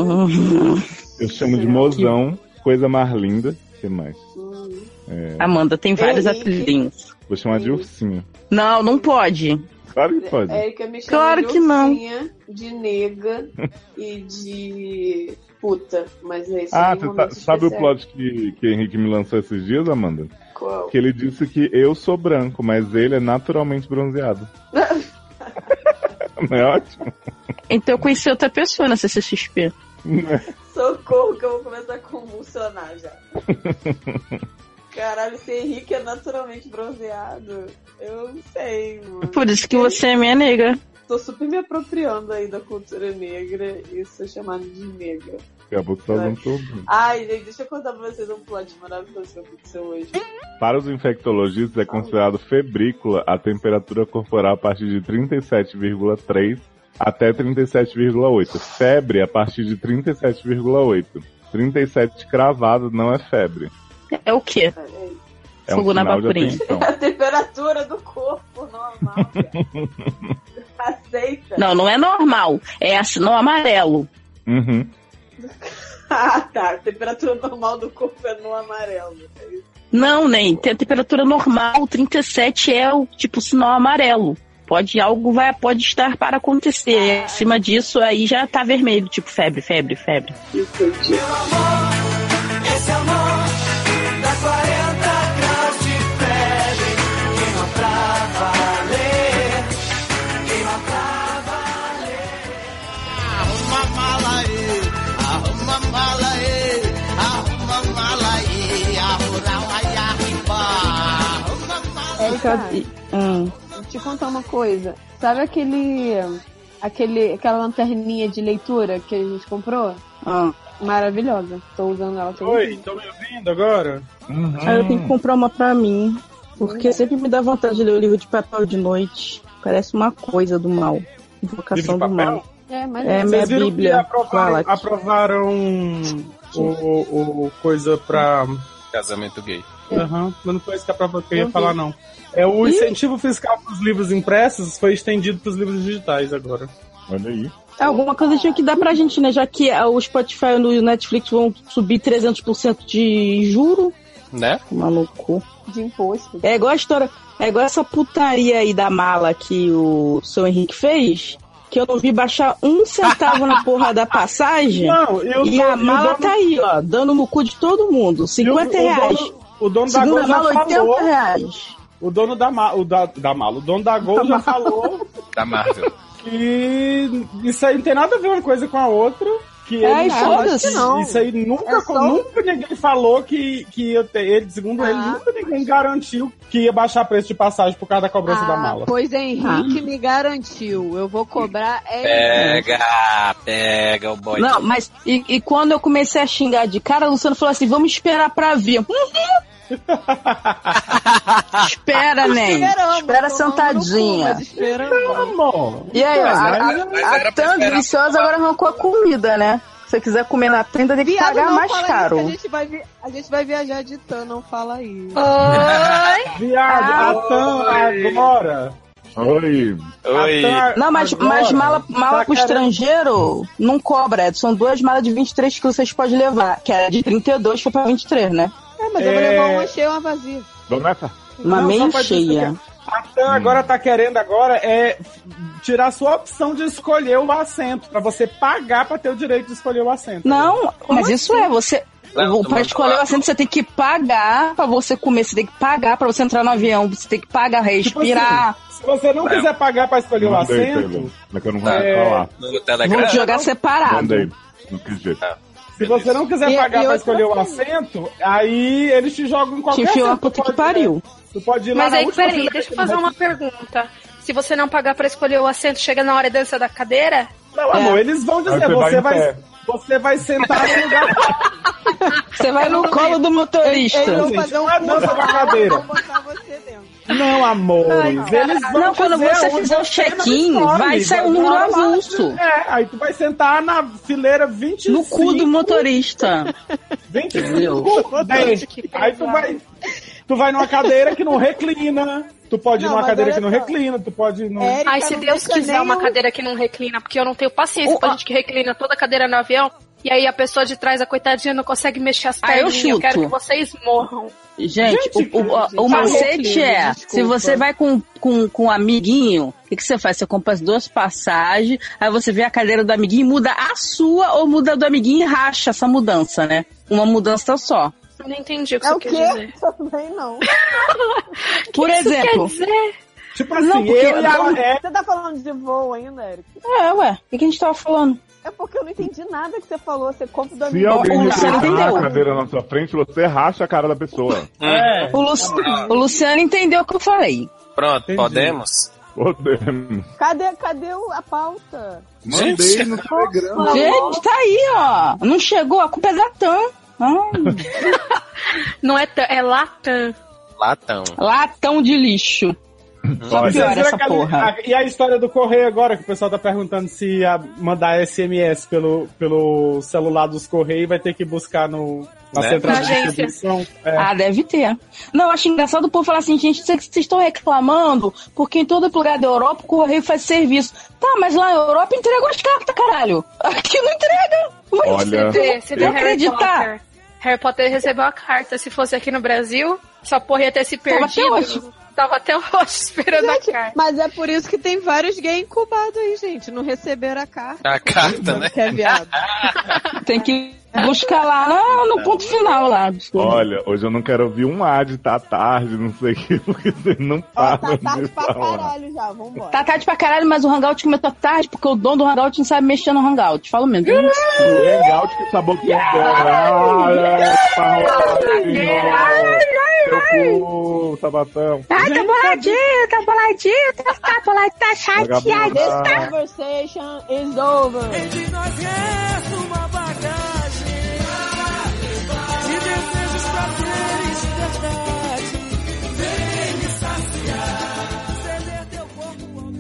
[SPEAKER 1] Uhum.
[SPEAKER 2] Eu chamo de
[SPEAKER 6] é.
[SPEAKER 2] mozão, coisa mais linda. O que mais? É,
[SPEAKER 1] Amanda, tem vários apelidinhos.
[SPEAKER 2] vou chamar de ursinho.
[SPEAKER 1] Não, não pode.
[SPEAKER 2] Claro que pode.
[SPEAKER 6] A Erika me chama
[SPEAKER 1] Claro
[SPEAKER 6] de
[SPEAKER 1] que não.
[SPEAKER 6] ursinha, de nega e de puta. Mas é isso.
[SPEAKER 2] Ah,
[SPEAKER 6] em
[SPEAKER 2] você
[SPEAKER 6] momentos
[SPEAKER 2] sa- sabe o
[SPEAKER 6] especiais.
[SPEAKER 2] plot que, que Henrique me lançou esses dias, Amanda?
[SPEAKER 6] Qual?
[SPEAKER 2] Que ele disse que eu sou branco, mas ele é naturalmente
[SPEAKER 6] (laughs)
[SPEAKER 2] bronzeado. (laughs) Não é ótimo?
[SPEAKER 1] Então eu conheci outra pessoa na CCXP.
[SPEAKER 6] Socorro que eu vou começar a convulsionar já. Caralho, esse Henrique é naturalmente bronzeado. Eu não sei, mano.
[SPEAKER 1] Por isso que você é minha nega.
[SPEAKER 6] tô super me apropriando aí da cultura negra e sou chamada de negra.
[SPEAKER 2] Acabou que tá usando tudo.
[SPEAKER 6] Ai, gente, deixa eu contar pra vocês um plot maravilhoso que aconteceu hoje.
[SPEAKER 2] Para os infectologistas, é considerado febrícula a temperatura corporal a partir de 37,3 até 37,8. Febre a partir de 37,8. 37 cravado não é febre.
[SPEAKER 1] É o quê?
[SPEAKER 2] É um
[SPEAKER 1] Fogo na
[SPEAKER 2] sinal de
[SPEAKER 1] vaporinha.
[SPEAKER 2] atenção.
[SPEAKER 6] A temperatura do corpo normal. cara. Aceita.
[SPEAKER 1] Não, não é normal. É assinão amarelo.
[SPEAKER 2] Uhum.
[SPEAKER 6] Ah, tá. A temperatura normal do corpo é no amarelo. É isso.
[SPEAKER 1] Não, nem. Tem a temperatura normal, 37 é o tipo sinal amarelo. Pode algo vai pode estar para acontecer. Acima disso aí já tá vermelho, tipo febre, febre, febre.
[SPEAKER 3] Esse amor dá 40 graus de febre. Queima pra valer. Queima pra valer. Arruma a mala aí. Arruma a mala aí. Arruma a mala aí. Arruma a
[SPEAKER 11] Érica,
[SPEAKER 1] Ah,
[SPEAKER 11] te contar uma coisa. Sabe aquele, aquele, aquela lanterninha de leitura que a gente comprou?
[SPEAKER 1] ah.
[SPEAKER 11] Maravilhosa. Tô usando ela todo
[SPEAKER 8] Oi,
[SPEAKER 11] dia.
[SPEAKER 8] estão me ouvindo agora?
[SPEAKER 1] Aí eu tenho que comprar uma pra mim. Porque sempre me dá vontade de ler o livro de papel de noite. Parece uma coisa do mal. Invocação do mal.
[SPEAKER 11] É, mas
[SPEAKER 1] É minha
[SPEAKER 8] Vocês viram que
[SPEAKER 1] bíblia.
[SPEAKER 8] aprovaram,
[SPEAKER 1] Fala.
[SPEAKER 8] aprovaram o, o- o coisa pra...
[SPEAKER 16] Casamento gay.
[SPEAKER 8] Aham, mas não foi isso que, aprova- que eu ia falar, não. É o incentivo fiscal para os livros impressos foi estendido para os livros digitais agora.
[SPEAKER 2] Olha aí.
[SPEAKER 1] É, Alguma coisa tinha que dar pra gente, né? Já que ah, o Spotify e o Netflix vão subir 300% de juro.
[SPEAKER 16] Né?
[SPEAKER 1] Maluco.
[SPEAKER 11] De imposto.
[SPEAKER 1] É igual a história. É igual essa putaria aí da mala que o seu Henrique fez. Que eu não vi baixar um centavo na porra da passagem.
[SPEAKER 8] Não, eu
[SPEAKER 1] e
[SPEAKER 8] tô-
[SPEAKER 1] a
[SPEAKER 8] eu
[SPEAKER 1] mala
[SPEAKER 8] dou-
[SPEAKER 1] tá aí, ó, dando no cu de todo mundo. 50
[SPEAKER 8] o
[SPEAKER 1] reais.
[SPEAKER 8] dono- o dono da
[SPEAKER 1] Segunda
[SPEAKER 8] Gol já
[SPEAKER 1] mala, 80
[SPEAKER 8] falou.
[SPEAKER 1] reais.
[SPEAKER 8] O dono da mala, o da, da mala, o dono da Gol já falou
[SPEAKER 16] Da Marvel.
[SPEAKER 8] que isso aí não tem nada a ver uma coisa com a outra. Que
[SPEAKER 1] Ai,
[SPEAKER 8] ele
[SPEAKER 1] foda-se.
[SPEAKER 8] não. Isso aí nunca,
[SPEAKER 1] É só-
[SPEAKER 8] Então, nunca ninguém falou que, que ia ter. Ele, segundo ele,
[SPEAKER 1] Ah.
[SPEAKER 8] nunca ninguém garantiu que ia baixar preço de passagem por causa da cobrança
[SPEAKER 1] Ah,
[SPEAKER 8] da mala.
[SPEAKER 17] Pois Henrique me garantiu. Eu vou cobrar. É.
[SPEAKER 16] Pega, pega o boy.
[SPEAKER 1] Não, mas e, e quando eu comecei a xingar de cara, o Luciano falou assim: vamos esperar pra ver. Uhum. Espera, Nen. Espera sentadinha.
[SPEAKER 8] Tá
[SPEAKER 1] E aí, ó, a, a, a Thumb viciosa agora arrancou a comida, né? Se você quiser comer na tenda, tem que
[SPEAKER 17] Viado,
[SPEAKER 1] pagar
[SPEAKER 17] não
[SPEAKER 1] mais
[SPEAKER 17] fala isso,
[SPEAKER 1] caro.
[SPEAKER 17] que a, gente vai vi- a gente vai viajar de tan, não fala isso.
[SPEAKER 8] Viado,
[SPEAKER 1] Ah,
[SPEAKER 8] a Tam agora.
[SPEAKER 2] Oi.
[SPEAKER 16] Oi.
[SPEAKER 1] Não, mas, mas mala, mala pro estrangeiro não cobra. Ed. São duas malas de 23 que vocês podem levar. Que era de 32, foi pra 23, né?
[SPEAKER 17] É, mas eu vou
[SPEAKER 8] É.
[SPEAKER 17] levar uma cheia e uma vazia.
[SPEAKER 2] Donata.
[SPEAKER 1] Uma
[SPEAKER 8] Não, só
[SPEAKER 1] meia
[SPEAKER 8] pra dizer
[SPEAKER 1] cheia.
[SPEAKER 8] que A Tan agora tá querendo agora é f- tirar sua opção de escolher o assento, pra você pagar pra ter o direito de escolher o assento.
[SPEAKER 1] Não, mas isso é, você.
[SPEAKER 8] Não,
[SPEAKER 1] pra escolher o assento, você tem que pagar pra você comer, você tem que pagar pra você entrar no avião, você tem que pagar,
[SPEAKER 8] Tipo assim,
[SPEAKER 1] respirar.
[SPEAKER 8] se você não quiser pagar pra escolher o assento,
[SPEAKER 2] Mas que eu não vou
[SPEAKER 8] É.
[SPEAKER 2] falar.
[SPEAKER 16] No
[SPEAKER 1] Vou jogar separado.
[SPEAKER 2] Mandei. Não quis jeito.
[SPEAKER 8] se você não quiser
[SPEAKER 1] E-
[SPEAKER 8] pagar
[SPEAKER 1] e
[SPEAKER 8] pra
[SPEAKER 1] outra
[SPEAKER 8] escolher o assento, aí eles te jogam em qualquer
[SPEAKER 1] enfiam a
[SPEAKER 8] assento.
[SPEAKER 1] puta
[SPEAKER 8] Tu
[SPEAKER 1] que né?
[SPEAKER 8] pode ir-
[SPEAKER 1] pariu.
[SPEAKER 8] Tu pode ir lá
[SPEAKER 7] Mas
[SPEAKER 8] na
[SPEAKER 1] é
[SPEAKER 7] aí,
[SPEAKER 8] última
[SPEAKER 7] peraí,
[SPEAKER 8] fila
[SPEAKER 7] deixa eu
[SPEAKER 8] daquele
[SPEAKER 7] fazer uma
[SPEAKER 8] banco.
[SPEAKER 7] pergunta. Se você não pagar pra escolher o assento, chega na hora e dança da cadeira?
[SPEAKER 8] Não, amor, eles vão dizer,
[SPEAKER 2] É. Aí você
[SPEAKER 8] você
[SPEAKER 2] vai em
[SPEAKER 8] vai, você vai sentar no lugar.
[SPEAKER 1] Você vai no colo do motorista.
[SPEAKER 8] Eles vão fazer uma dança da cadeira. Não, amores, eles vão
[SPEAKER 1] Não, quando
[SPEAKER 8] fazer
[SPEAKER 1] você
[SPEAKER 8] onde
[SPEAKER 1] fizer o
[SPEAKER 8] você não
[SPEAKER 1] check-in,
[SPEAKER 8] escolhe,
[SPEAKER 1] vai sair um
[SPEAKER 8] dar
[SPEAKER 1] número
[SPEAKER 8] uma
[SPEAKER 1] avulso.
[SPEAKER 8] margem. É, aí tu vai sentar na fileira 25.
[SPEAKER 1] No cu do motorista.
[SPEAKER 8] 25, 10. Aí tu vai, tu vai numa cadeira que não reclina, tu pode ir
[SPEAKER 7] Não,
[SPEAKER 8] numa
[SPEAKER 7] mas
[SPEAKER 8] cadeira
[SPEAKER 7] olha
[SPEAKER 8] que não
[SPEAKER 7] só.
[SPEAKER 8] reclina, tu pode ir num...
[SPEAKER 7] Ai, se Deus quiser uma cadeira que não reclina, porque eu não tenho paciência pra gente que reclina toda um a cadeira no avião. E aí a pessoa de trás, a coitadinha, não consegue mexer as
[SPEAKER 1] Ah, eu
[SPEAKER 7] perninhas. eu
[SPEAKER 1] chuto.
[SPEAKER 7] quero que vocês morram.
[SPEAKER 1] Gente, tá
[SPEAKER 7] Gente,
[SPEAKER 1] o, o- o-
[SPEAKER 7] gente,
[SPEAKER 1] o macete
[SPEAKER 7] desculpa.
[SPEAKER 1] é, se você vai com, com, com um amiguinho, o que, que você faz? Você compra as duas passagens, aí você vê a cadeira do amiguinho, muda a sua ou muda a do amiguinho e racha essa mudança, né? Uma mudança só.
[SPEAKER 7] Eu não entendi o que
[SPEAKER 17] É
[SPEAKER 7] você
[SPEAKER 17] o
[SPEAKER 7] quer
[SPEAKER 17] quê?
[SPEAKER 7] dizer.
[SPEAKER 17] Também
[SPEAKER 8] (laughs)
[SPEAKER 17] não.
[SPEAKER 1] Por
[SPEAKER 7] isso
[SPEAKER 1] exemplo.
[SPEAKER 7] quer dizer?
[SPEAKER 8] Tipo
[SPEAKER 1] assim, Não, porque- eu e a- é-
[SPEAKER 17] Você tá falando de voo ainda, Eric?
[SPEAKER 1] É, ué, o que que a gente tava falando?
[SPEAKER 17] É porque eu não entendi nada que você falou. Você compra o
[SPEAKER 2] Se
[SPEAKER 17] domínio.
[SPEAKER 2] alguém reclinar a cadeira na sua frente, você racha a cara da pessoa.
[SPEAKER 1] O, Lu- o Luciano entendeu o que eu falei.
[SPEAKER 16] Pronto, podemos?
[SPEAKER 2] Podemos.
[SPEAKER 7] Cadê, cadê o- a pauta?
[SPEAKER 1] Mandei
[SPEAKER 2] no
[SPEAKER 1] Telegram. Gente, tá aí, ó. Não chegou, a culpa é da Hum, TAM. Ai,
[SPEAKER 9] Não é tan, é Latam.
[SPEAKER 6] Latão.
[SPEAKER 1] latão de lixo. Só
[SPEAKER 8] Vocês
[SPEAKER 1] piora
[SPEAKER 8] viram
[SPEAKER 1] essa
[SPEAKER 8] aquela-
[SPEAKER 1] porra.
[SPEAKER 8] a- e a história do correio agora, que o pessoal tá perguntando se ia mandar SMS pelo, pelo celular dos correios vai ter que buscar no, na
[SPEAKER 1] Né?
[SPEAKER 8] central
[SPEAKER 1] Na
[SPEAKER 8] de
[SPEAKER 1] agência.
[SPEAKER 8] distribuição. É,
[SPEAKER 1] Ah, deve ter. Não, eu acho engraçado o povo falar assim, gente, vocês vocês estão reclamando porque em todo lugar da Europa o correio faz serviço. Tá, mas lá na Europa entregou as cartas, caralho. Aqui não entrega. Mas
[SPEAKER 2] Olha,
[SPEAKER 9] Você, você deu
[SPEAKER 1] eu acreditar.
[SPEAKER 9] Harry Potter. Harry Potter recebeu a carta. Se fosse aqui no Brasil, essa porra ia ter se
[SPEAKER 7] Tava até
[SPEAKER 9] perdido.
[SPEAKER 7] hoje.
[SPEAKER 9] Tava até hoje esperando a carta.
[SPEAKER 7] Mas é por isso que tem vários gays incubados aí, gente. Não receberam a carta.
[SPEAKER 4] Tá,
[SPEAKER 6] A
[SPEAKER 8] Tá,
[SPEAKER 6] carta, né?
[SPEAKER 7] Que é viado.
[SPEAKER 1] Tem que buscar lá no, no ponto final lá.
[SPEAKER 2] Olha, hoje eu não quero ouvir um ad, tá tarde, não sei o que, porque vocês não param de falar.
[SPEAKER 7] já, vambora.
[SPEAKER 1] Tá tarde pra caralho, mas o Hangout começou tarde porque o dono do Hangout não sabe mexer no Hangout. Falo mesmo.
[SPEAKER 2] Legal de que sabor que é. Olha, Seu cu, sabatão.
[SPEAKER 1] Ai, tá boladinho, tá boladinho, tá, tá boladinho, tá
[SPEAKER 2] chateado, Vagabunda.
[SPEAKER 7] This
[SPEAKER 2] tá?
[SPEAKER 7] conversation is over.
[SPEAKER 3] Entre nós resta uma bagagem de desejos, prazeres, verdade. Vem me saciar.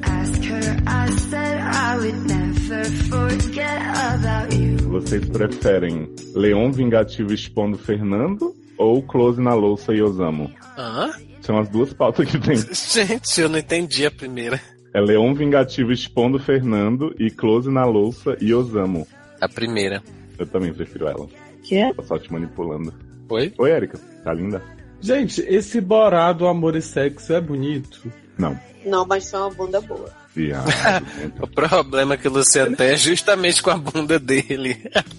[SPEAKER 3] Ask her, I said I would never forget about you.
[SPEAKER 2] Vocês preferem Leon Vingativo expondo Fernando ou Close na louça e Osamo?
[SPEAKER 6] Hã?
[SPEAKER 2] São as duas pautas que tem.
[SPEAKER 6] Gente, eu não entendi a primeira.
[SPEAKER 2] É Leon Vingativo expondo Fernando e Close na louça e Osamo.
[SPEAKER 6] A primeira.
[SPEAKER 2] Eu também prefiro ela.
[SPEAKER 1] Que?
[SPEAKER 2] Tô só te manipulando.
[SPEAKER 6] Oi?
[SPEAKER 2] Oi, Erika. Tá linda?
[SPEAKER 8] (laughs) Gente, esse borado amor e sexo é bonito.
[SPEAKER 2] Não.
[SPEAKER 18] Não, mas são uma bunda boa.
[SPEAKER 2] Viado.
[SPEAKER 6] o problema é que o Luciano tem é justamente com a bunda dele.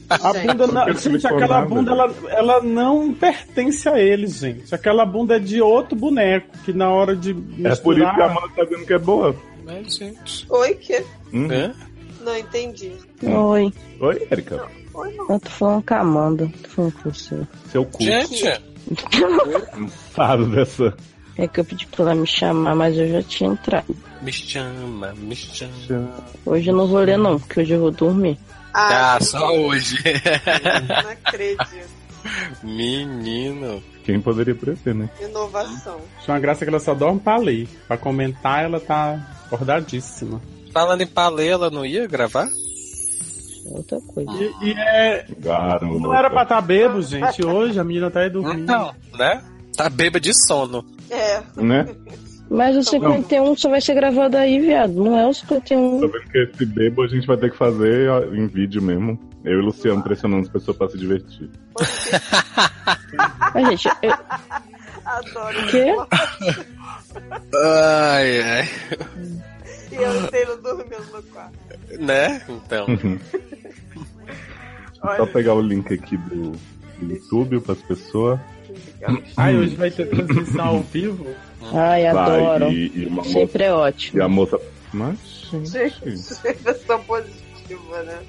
[SPEAKER 8] A bunda, não, gente, aquela bunda, ela, ela não pertence a ele, gente. Aquela bunda é de outro boneco, que na hora de
[SPEAKER 2] É
[SPEAKER 8] misturar...
[SPEAKER 2] por isso que a Amanda tá dizendo que é boa.
[SPEAKER 6] Mas, gente...
[SPEAKER 18] Oi, que?
[SPEAKER 2] Hum?
[SPEAKER 18] Não entendi.
[SPEAKER 1] Oi.
[SPEAKER 2] Oi, Erika.
[SPEAKER 18] Oi, não.
[SPEAKER 1] Eu tô falando com a Amanda, tô falando com você.
[SPEAKER 2] Seu cu.
[SPEAKER 6] Gente.
[SPEAKER 2] Fado dessa.
[SPEAKER 1] É que eu pedi pra ela me chamar, mas eu já tinha entrado.
[SPEAKER 6] Me chama, me chama.
[SPEAKER 1] Hoje eu não vou ler não, porque hoje eu vou dormir.
[SPEAKER 6] Ah, só hoje.
[SPEAKER 18] Não acredito.
[SPEAKER 6] Menino.
[SPEAKER 2] Quem poderia parecer, né?
[SPEAKER 18] Inovação.
[SPEAKER 8] Acho uma graça que ela só dorme pra ler. Pra comentar, ela tá acordadíssima.
[SPEAKER 6] Falando em palê, ela não ia gravar?
[SPEAKER 1] É Outra coisa.
[SPEAKER 8] E, e é...
[SPEAKER 2] Garoto.
[SPEAKER 8] Não era pra estar bebo, gente. Hoje a menina tá aí dormindo.
[SPEAKER 6] Não, né? Tá bêbada de sono.
[SPEAKER 18] É.
[SPEAKER 2] Né?
[SPEAKER 1] Mas
[SPEAKER 6] Tá
[SPEAKER 1] o 51 só vai ser gravado aí, viado. Não é o 51.
[SPEAKER 2] Tô vendo que esse bebo a gente vai ter que fazer ó, em vídeo mesmo. Eu e o Luciano pressionando as pessoas pra se divertir.
[SPEAKER 1] Mas, gente, eu...
[SPEAKER 18] Adoro.
[SPEAKER 1] Quê?
[SPEAKER 6] Ai, ai.
[SPEAKER 18] E eu inteiro dormindo no quarto.
[SPEAKER 6] Né? Então.
[SPEAKER 2] Uhum. Só pegar o link aqui do do YouTube pras pessoas.
[SPEAKER 8] Ai, hoje vai ter transmissão ao vivo?
[SPEAKER 1] Ai,
[SPEAKER 2] Vai,
[SPEAKER 1] adoro.
[SPEAKER 2] e- e uma
[SPEAKER 1] Sempre é
[SPEAKER 2] E
[SPEAKER 1] ótimo.
[SPEAKER 2] a moça. Mas
[SPEAKER 18] Gente, eu sou positiva, né?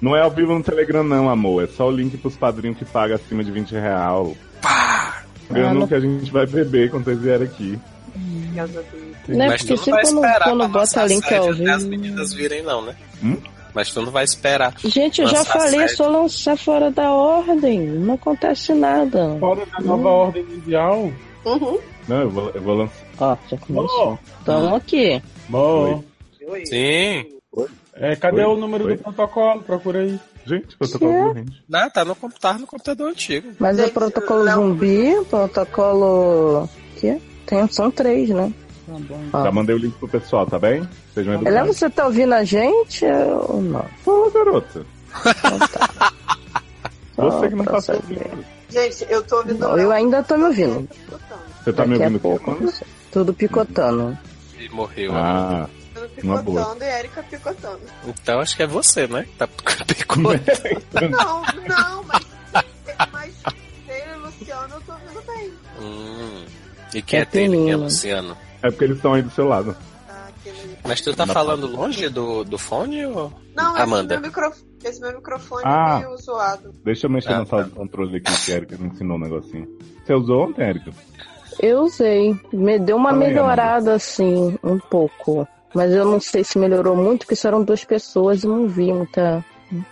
[SPEAKER 2] não é ao vivo no Telegram, não, amor. É só o link pros padrinhos que pagam acima de 20 real. Pá!
[SPEAKER 1] Ah,
[SPEAKER 2] Ganhando
[SPEAKER 1] não-
[SPEAKER 2] que a gente vai beber quando vocês vierem aqui.
[SPEAKER 1] Né?
[SPEAKER 6] Mas
[SPEAKER 1] Porque
[SPEAKER 6] tu não
[SPEAKER 1] sempre
[SPEAKER 6] vai
[SPEAKER 1] quando,
[SPEAKER 6] esperar
[SPEAKER 1] quando
[SPEAKER 6] pra né,
[SPEAKER 1] bota
[SPEAKER 6] lançar
[SPEAKER 1] link
[SPEAKER 6] série
[SPEAKER 1] ao
[SPEAKER 6] até as
[SPEAKER 1] vivo.
[SPEAKER 6] meninas virem, não, né?
[SPEAKER 2] Hum?
[SPEAKER 6] Mas tu não vai esperar.
[SPEAKER 1] Gente, eu já
[SPEAKER 6] lançar
[SPEAKER 1] falei, é
[SPEAKER 6] série.
[SPEAKER 1] só lançar fora da ordem. Não acontece nada.
[SPEAKER 8] Fora da nova ordem mundial?
[SPEAKER 18] Uhum.
[SPEAKER 2] Não, eu vou, eu vou lançar.
[SPEAKER 1] Ó, já começou. Então aqui.
[SPEAKER 8] Bom.
[SPEAKER 6] Sim.
[SPEAKER 8] É, cadê
[SPEAKER 6] Oi.
[SPEAKER 8] o número
[SPEAKER 6] Oi.
[SPEAKER 8] do protocolo? Procura aí.
[SPEAKER 2] Gente,
[SPEAKER 1] protocolo Que?
[SPEAKER 2] corrente.
[SPEAKER 6] Não, tá no computador, no computador antigo.
[SPEAKER 1] Mas é protocolo
[SPEAKER 6] um
[SPEAKER 1] zumbi, protocolo. Quê? Tem, são três, né?
[SPEAKER 2] Já mandei o link pro pessoal, tá bem? Sejam
[SPEAKER 6] Uhum.
[SPEAKER 1] Ela,
[SPEAKER 2] educados.
[SPEAKER 1] você tá ouvindo a gente ou não? Então tá.
[SPEAKER 2] Fala, garota. (laughs) Você que não
[SPEAKER 1] Só
[SPEAKER 2] tá
[SPEAKER 1] pra
[SPEAKER 2] se
[SPEAKER 1] saber.
[SPEAKER 2] ouvindo.
[SPEAKER 18] Gente, eu tô ouvindo.
[SPEAKER 1] Não, eu ainda tô me ouvindo.
[SPEAKER 2] Você tá me
[SPEAKER 1] Daqui a
[SPEAKER 2] ouvindo
[SPEAKER 1] pouco, não sei. Tudo picotando.
[SPEAKER 6] E morreu.
[SPEAKER 2] Ah, uma boa.
[SPEAKER 18] Picotando e Erika picotando.
[SPEAKER 6] Então acho que é você, né? Tá
[SPEAKER 8] (laughs)
[SPEAKER 6] picotando.
[SPEAKER 18] Não, não, mas. Mas. Taylor e Luciano, eu tô ouvindo bem.
[SPEAKER 6] Hum. E quem é,
[SPEAKER 2] É
[SPEAKER 6] Taylor? Quem é
[SPEAKER 2] menino.
[SPEAKER 6] Luciano?
[SPEAKER 2] É porque eles estão aí do seu lado.
[SPEAKER 6] Mas tu tá
[SPEAKER 2] Na-
[SPEAKER 6] falando longe do, do fone ou.
[SPEAKER 18] Não, esse
[SPEAKER 6] Amanda.
[SPEAKER 18] meu, micro... esse meu microfone
[SPEAKER 2] Ah.
[SPEAKER 18] é meio zoado.
[SPEAKER 2] Deixa eu mexer na sala de controle aqui que a Erika me ensinou um negocinho. Você usou ontem, Erika?
[SPEAKER 1] Eu usei. Me deu
[SPEAKER 2] Tá
[SPEAKER 1] uma
[SPEAKER 2] né?
[SPEAKER 9] Fala aí,
[SPEAKER 1] melhorada, assim, um pouco. Mas eu não sei se melhorou muito, porque só eram duas pessoas e não vi muita.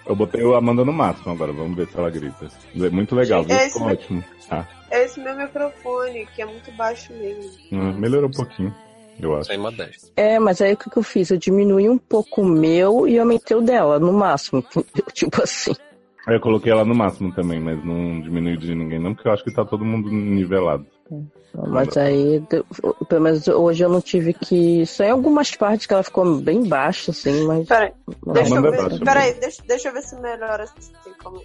[SPEAKER 2] Eu botei o Amanda no máximo agora, vamos ver se ela grita. É Muito legal, viu?
[SPEAKER 7] Gente,
[SPEAKER 2] Ficou
[SPEAKER 7] esse-
[SPEAKER 2] ótimo. Tá.
[SPEAKER 7] É esse meu microfone, que é muito baixo mesmo.
[SPEAKER 2] Hum, Melhorou um pouquinho, eu acho. Sem modéstia.
[SPEAKER 1] É, mas aí o que que eu fiz? Eu diminui um pouco o meu e aumentei o dela, no máximo, (laughs) entendeu? Tipo assim.
[SPEAKER 2] Aí eu coloquei ela no máximo também, mas não diminuiu de ninguém não, porque eu acho que tá todo mundo nivelado.
[SPEAKER 1] Mas aí, deu- pelo menos hoje eu não tive que. Só em algumas partes que ela ficou bem baixa, assim, mas.
[SPEAKER 7] Peraí,
[SPEAKER 1] Não,
[SPEAKER 7] Deixa eu
[SPEAKER 1] Amanda
[SPEAKER 7] ver,
[SPEAKER 1] baixa,
[SPEAKER 7] peraí, deixa, deixa eu ver se melhora assim como.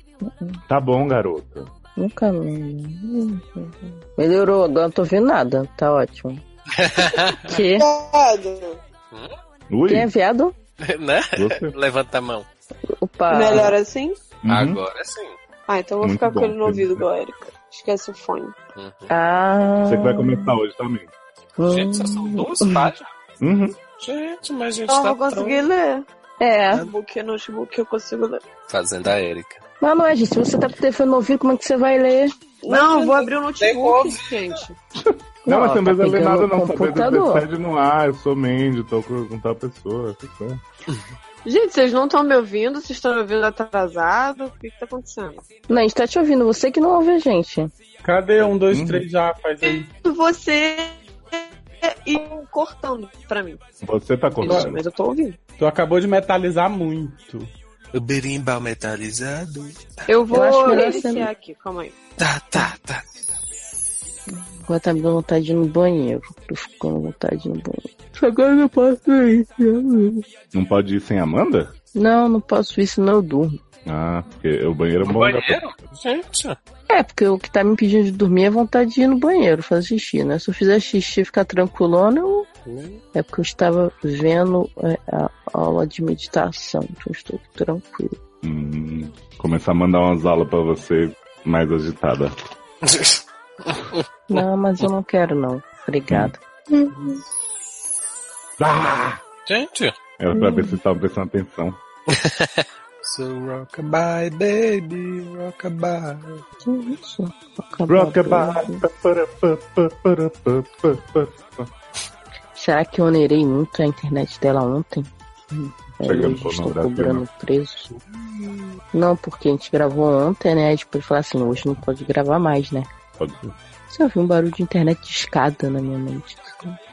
[SPEAKER 2] Tá bom, garota.
[SPEAKER 1] Nunca. Melhorou, agora não tô vendo nada. Tá
[SPEAKER 2] (laughs)
[SPEAKER 1] ótimo. que?
[SPEAKER 7] Viado.
[SPEAKER 1] Quem é viado?
[SPEAKER 4] né? Levanta a mão.
[SPEAKER 1] Opa.
[SPEAKER 7] Melhora assim?
[SPEAKER 6] Uhum.
[SPEAKER 4] Agora sim.
[SPEAKER 7] Ah, então eu
[SPEAKER 2] Uhum,
[SPEAKER 7] vou
[SPEAKER 2] Muito
[SPEAKER 7] ficar com
[SPEAKER 2] bom,
[SPEAKER 7] ele no ouvido igual a Erika. Esquece o fone.
[SPEAKER 1] Ah.
[SPEAKER 2] Você que vai começar hoje também.
[SPEAKER 4] Gente, só são duas páginas.
[SPEAKER 2] Uhum.
[SPEAKER 4] Gente, mas a gente
[SPEAKER 7] Então eu
[SPEAKER 4] tá
[SPEAKER 7] vou conseguir
[SPEAKER 4] tão...
[SPEAKER 7] ler.
[SPEAKER 1] É.
[SPEAKER 7] Notebook é notebook, eu consigo ler.
[SPEAKER 4] Fazendo a Erika.
[SPEAKER 1] Mas não é, gente. Se você tá com o telefone no ouvido, como é que você vai ler?
[SPEAKER 7] Não, eu vou abrir o notebook, gente.
[SPEAKER 1] Não,
[SPEAKER 2] Não, mas você não
[SPEAKER 1] tá
[SPEAKER 2] precisa ler
[SPEAKER 1] pegando
[SPEAKER 2] nada
[SPEAKER 1] o
[SPEAKER 2] não, saber
[SPEAKER 1] computador.
[SPEAKER 2] decide no ar, eu sou Mandy, tô com com tal pessoa, tá essas coisas.
[SPEAKER 9] Gente, vocês não estão me ouvindo? Vocês estão me ouvindo atrasado? O que, que tá acontecendo?
[SPEAKER 1] Não, a gente tá te ouvindo. Você que não ouve a gente.
[SPEAKER 8] Cadê? Um, dois, três, já faz aí.
[SPEAKER 9] Você e cortando pra mim.
[SPEAKER 2] Você tá
[SPEAKER 9] cortando. Mas eu tô ouvindo.
[SPEAKER 8] Tu acabou de metalizar muito.
[SPEAKER 4] O berimbau metalizado.
[SPEAKER 9] Eu vou
[SPEAKER 1] Eu acho melhor
[SPEAKER 9] iniciar
[SPEAKER 1] você-
[SPEAKER 9] aqui, calma aí.
[SPEAKER 1] Agora tá me dando vontade de ir no banheiro. Tô ficando com vontade de ir no banheiro. Agora não posso ir.
[SPEAKER 2] Não pode ir sem Amanda?
[SPEAKER 1] Não, não posso ir, senão eu durmo.
[SPEAKER 2] Ah, porque o banheiro é bom.
[SPEAKER 4] Gente. (laughs)
[SPEAKER 1] É, porque o que tá me impedindo de dormir é vontade de ir no banheiro, fazer xixi, né? Se eu fizer xixi e ficar tranquilona, eu... é porque eu estava vendo é, a aula de meditação, então eu estou tranquilo.
[SPEAKER 2] Hum, começar a mandar umas aulas pra você mais agitada.
[SPEAKER 1] Não, mas eu não quero não. Obrigado.
[SPEAKER 2] Ah!
[SPEAKER 4] Gente.
[SPEAKER 2] Era pra ver se estavam prestando atenção.
[SPEAKER 4] So rockabye, baby, rockabye.
[SPEAKER 1] Que isso?
[SPEAKER 2] Rockabye.
[SPEAKER 1] Será que eu onerei muito a internet dela ontem? Aí
[SPEAKER 2] Chegando
[SPEAKER 1] hoje
[SPEAKER 2] pro
[SPEAKER 1] estou
[SPEAKER 2] nome da
[SPEAKER 1] cobrando preço. Não, porque a gente gravou ontem, né? Aí depois falar assim, hoje não pode gravar mais, né?
[SPEAKER 2] Pode ser.
[SPEAKER 1] Você ouviu um barulho de internet de escada na minha mente.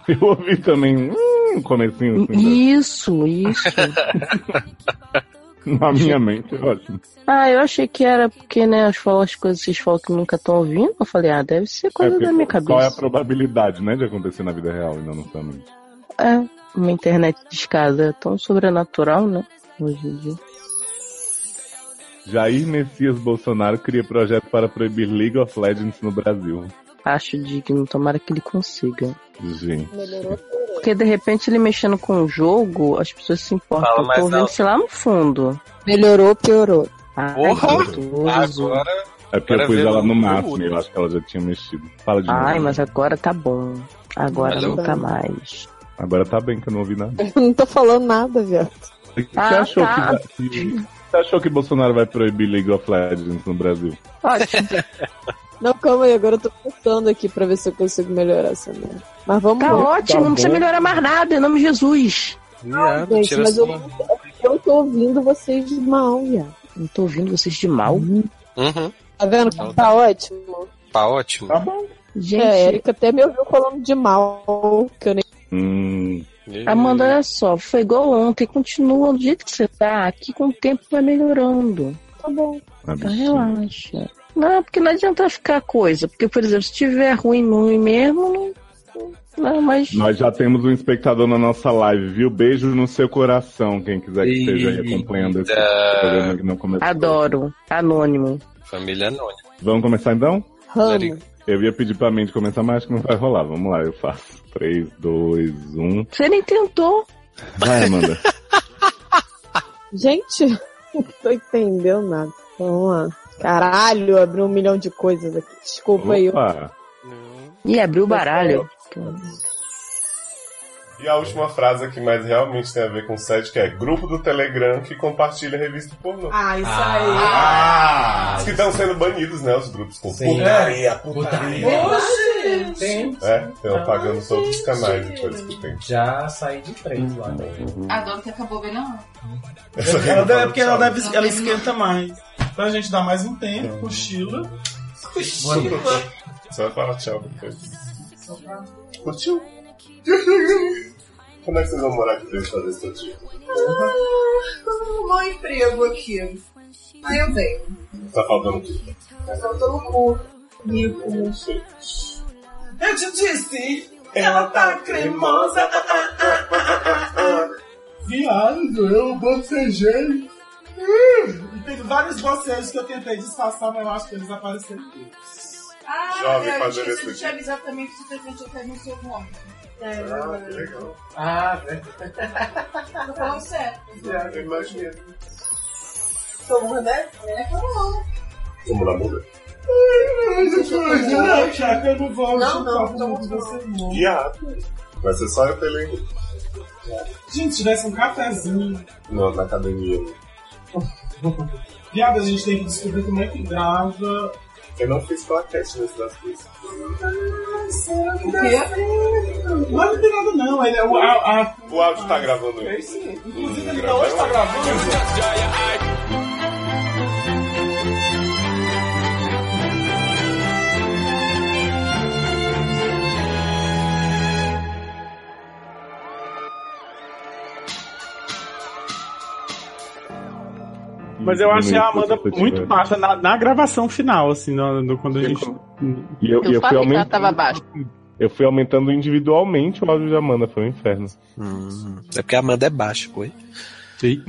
[SPEAKER 2] Eu ouvi também hum, um comecinho assim,
[SPEAKER 1] Isso, isso. Uhum.
[SPEAKER 2] da- (laughs) na minha mente, ótimo.
[SPEAKER 1] ah, eu achei que era porque, né, eu falo as coisas, vocês falam que nunca estão ouvindo. Eu falei, ah, deve ser coisa
[SPEAKER 2] porque
[SPEAKER 1] da minha
[SPEAKER 2] qual é a
[SPEAKER 1] cabeça.
[SPEAKER 2] probabilidade, né, de acontecer na vida real e não na sua mente?
[SPEAKER 1] É, uma internet de escada é tão sobrenatural, né? Hoje em dia.
[SPEAKER 2] Jair Messias Bolsonaro cria projeto para proibir League of Legends no Brasil.
[SPEAKER 1] Acho digno, tomara que ele consiga.
[SPEAKER 2] Gente.
[SPEAKER 1] Porque de repente ele mexendo com o jogo, as pessoas se importam.
[SPEAKER 4] Fala
[SPEAKER 1] Eu
[SPEAKER 4] mais
[SPEAKER 1] tô ouvindo
[SPEAKER 4] alto.
[SPEAKER 1] sei lá no fundo. Melhorou, piorou. Ah,
[SPEAKER 4] Agora.
[SPEAKER 2] É porque eu
[SPEAKER 4] Agora
[SPEAKER 2] pus
[SPEAKER 4] vê
[SPEAKER 2] ela
[SPEAKER 4] o
[SPEAKER 2] no máximo,
[SPEAKER 4] outro.
[SPEAKER 2] eu acho que ela já tinha mexido. Fala de
[SPEAKER 1] Ai,
[SPEAKER 2] novo.
[SPEAKER 1] mas agora tá bom. Agora
[SPEAKER 2] Valeu.
[SPEAKER 1] não tá mais.
[SPEAKER 2] Agora tá bem que eu não ouvi nada.
[SPEAKER 6] Eu (laughs) não tô falando nada, viado.
[SPEAKER 2] Você
[SPEAKER 6] Ah,
[SPEAKER 2] achou
[SPEAKER 6] tá.
[SPEAKER 2] que, vai- que- você achou que Bolsonaro vai proibir League of Legends no Brasil?
[SPEAKER 6] Ótimo. Não, calma aí, agora eu tô pensando aqui pra ver se eu consigo melhorar essa merda. Mas vamos
[SPEAKER 1] Tá
[SPEAKER 6] lá.
[SPEAKER 1] ótimo, não precisa melhorar mais nada, em nome de Jesus.
[SPEAKER 4] Viado,
[SPEAKER 6] Gente,
[SPEAKER 4] tira
[SPEAKER 6] mas
[SPEAKER 4] sua-
[SPEAKER 6] eu, eu tô ouvindo vocês de mal, viado.
[SPEAKER 1] Não tô ouvindo vocês de mal.
[SPEAKER 4] Uhum.
[SPEAKER 6] Tá vendo? como Tá ótimo.
[SPEAKER 4] Tá ótimo. Tá bom.
[SPEAKER 1] Gente.
[SPEAKER 6] É, a Erika até me ouviu falando de mal, que eu nem...
[SPEAKER 2] Hum.
[SPEAKER 1] Amanda, olha só, foi igual ontem, continua do jeito que você tá, aqui com o tempo vai melhorando.
[SPEAKER 6] Tá bom.
[SPEAKER 1] Tá, relaxa. Não, porque não adianta ficar coisa, porque, por exemplo, se tiver ruim, ruim mesmo, não, não mas
[SPEAKER 2] Nós já temos um espectador na nossa live, viu? Beijo no seu coração, quem quiser que esteja aí acompanhando esse programa que não começou.
[SPEAKER 1] adoro. Anônimo.
[SPEAKER 4] Família anônima.
[SPEAKER 2] Vamos começar então?
[SPEAKER 1] Ramo.
[SPEAKER 2] Eu ia pedir pra mente começar, mas acho que não vai rolar. Vamos lá, eu faço. 3, 2, 1.
[SPEAKER 1] Você nem tentou.
[SPEAKER 2] Vai, Amanda.
[SPEAKER 6] (laughs) Gente, não tô entendendo nada. Vamos lá. Caralho, abriu um milhão de coisas aqui. Desculpa aí.
[SPEAKER 2] Opa.
[SPEAKER 1] E abriu o baralho.
[SPEAKER 19] E a última frase que mais realmente tem a ver com o site, que é grupo do Telegram que compartilha revista pornô.
[SPEAKER 7] Ah, isso
[SPEAKER 20] né?
[SPEAKER 19] Ah, Os que estão sendo banidos, né? Os grupos com putaria, putaria.
[SPEAKER 7] Oxi!
[SPEAKER 20] É, estão apagando todos os canais depois que tem.
[SPEAKER 21] Já saí de três lá.
[SPEAKER 3] A Dona que acabou bem na hora.
[SPEAKER 21] Ela
[SPEAKER 8] Ela, é porque ela, deve,
[SPEAKER 3] Não
[SPEAKER 8] ela
[SPEAKER 3] tem-
[SPEAKER 8] esquenta mais. Então a gente dá mais um tempo, cochila. Cochila.
[SPEAKER 20] Só vai falar tchau depois. Curtiu? Quando é que vocês vão morar aqui pra gente fazer esse dia?
[SPEAKER 3] Ah, mau emprego aqui. Ah, eu tenho.
[SPEAKER 20] Tá faltando o quê?
[SPEAKER 3] Mas eu tô no cu. Nico.
[SPEAKER 8] Eu te disse, ela tá cremosa. Viado, eu bocejei. Hum, e Teve vários bocejos que eu tentei disfarçar, mas eu acho que eles apareceram todos.
[SPEAKER 3] Ah,
[SPEAKER 8] Jovem
[SPEAKER 3] eu
[SPEAKER 8] fazer
[SPEAKER 3] esqueci
[SPEAKER 8] isso
[SPEAKER 3] de te
[SPEAKER 8] aqui.
[SPEAKER 3] avisar também que tu frequentou faz um seu nome. É,
[SPEAKER 20] Ah, que legal.
[SPEAKER 21] Ah,
[SPEAKER 8] né?
[SPEAKER 21] velho.
[SPEAKER 3] Tô Tá falando sério.
[SPEAKER 20] Imagina.
[SPEAKER 3] Tô morrendo, né? É, não.
[SPEAKER 20] Vamos na muda?
[SPEAKER 8] Não, Thiago, eu não vou
[SPEAKER 3] Não,
[SPEAKER 8] chutar
[SPEAKER 3] não,
[SPEAKER 8] o
[SPEAKER 3] não
[SPEAKER 8] mundo desse mundo.
[SPEAKER 20] Viado. Vai ser só eu pela Eni.
[SPEAKER 8] Gente, tivesse um cafezinho.
[SPEAKER 20] Não, na academia.
[SPEAKER 2] né?
[SPEAKER 8] Viado, a gente tem que descobrir como é que grava.
[SPEAKER 20] Eu não fiz podcast nesse das coisas.
[SPEAKER 8] Será que dá certo? Mas não tem nada não, ele é o... A, a...
[SPEAKER 20] O áudio tá gravando aí.
[SPEAKER 8] Inclusive, ele tá hoje tá gravando. Mas eu achei a Amanda muito baixa na, na gravação final, assim, no, no- quando a gente.
[SPEAKER 2] E eu, e eu fui aumentando,
[SPEAKER 1] abaixo.
[SPEAKER 2] eu fui aumentando individualmente o áudio da Amanda, foi um inferno.
[SPEAKER 8] (laughs)
[SPEAKER 4] É porque a Amanda é baixa, foi.
[SPEAKER 2] Sim.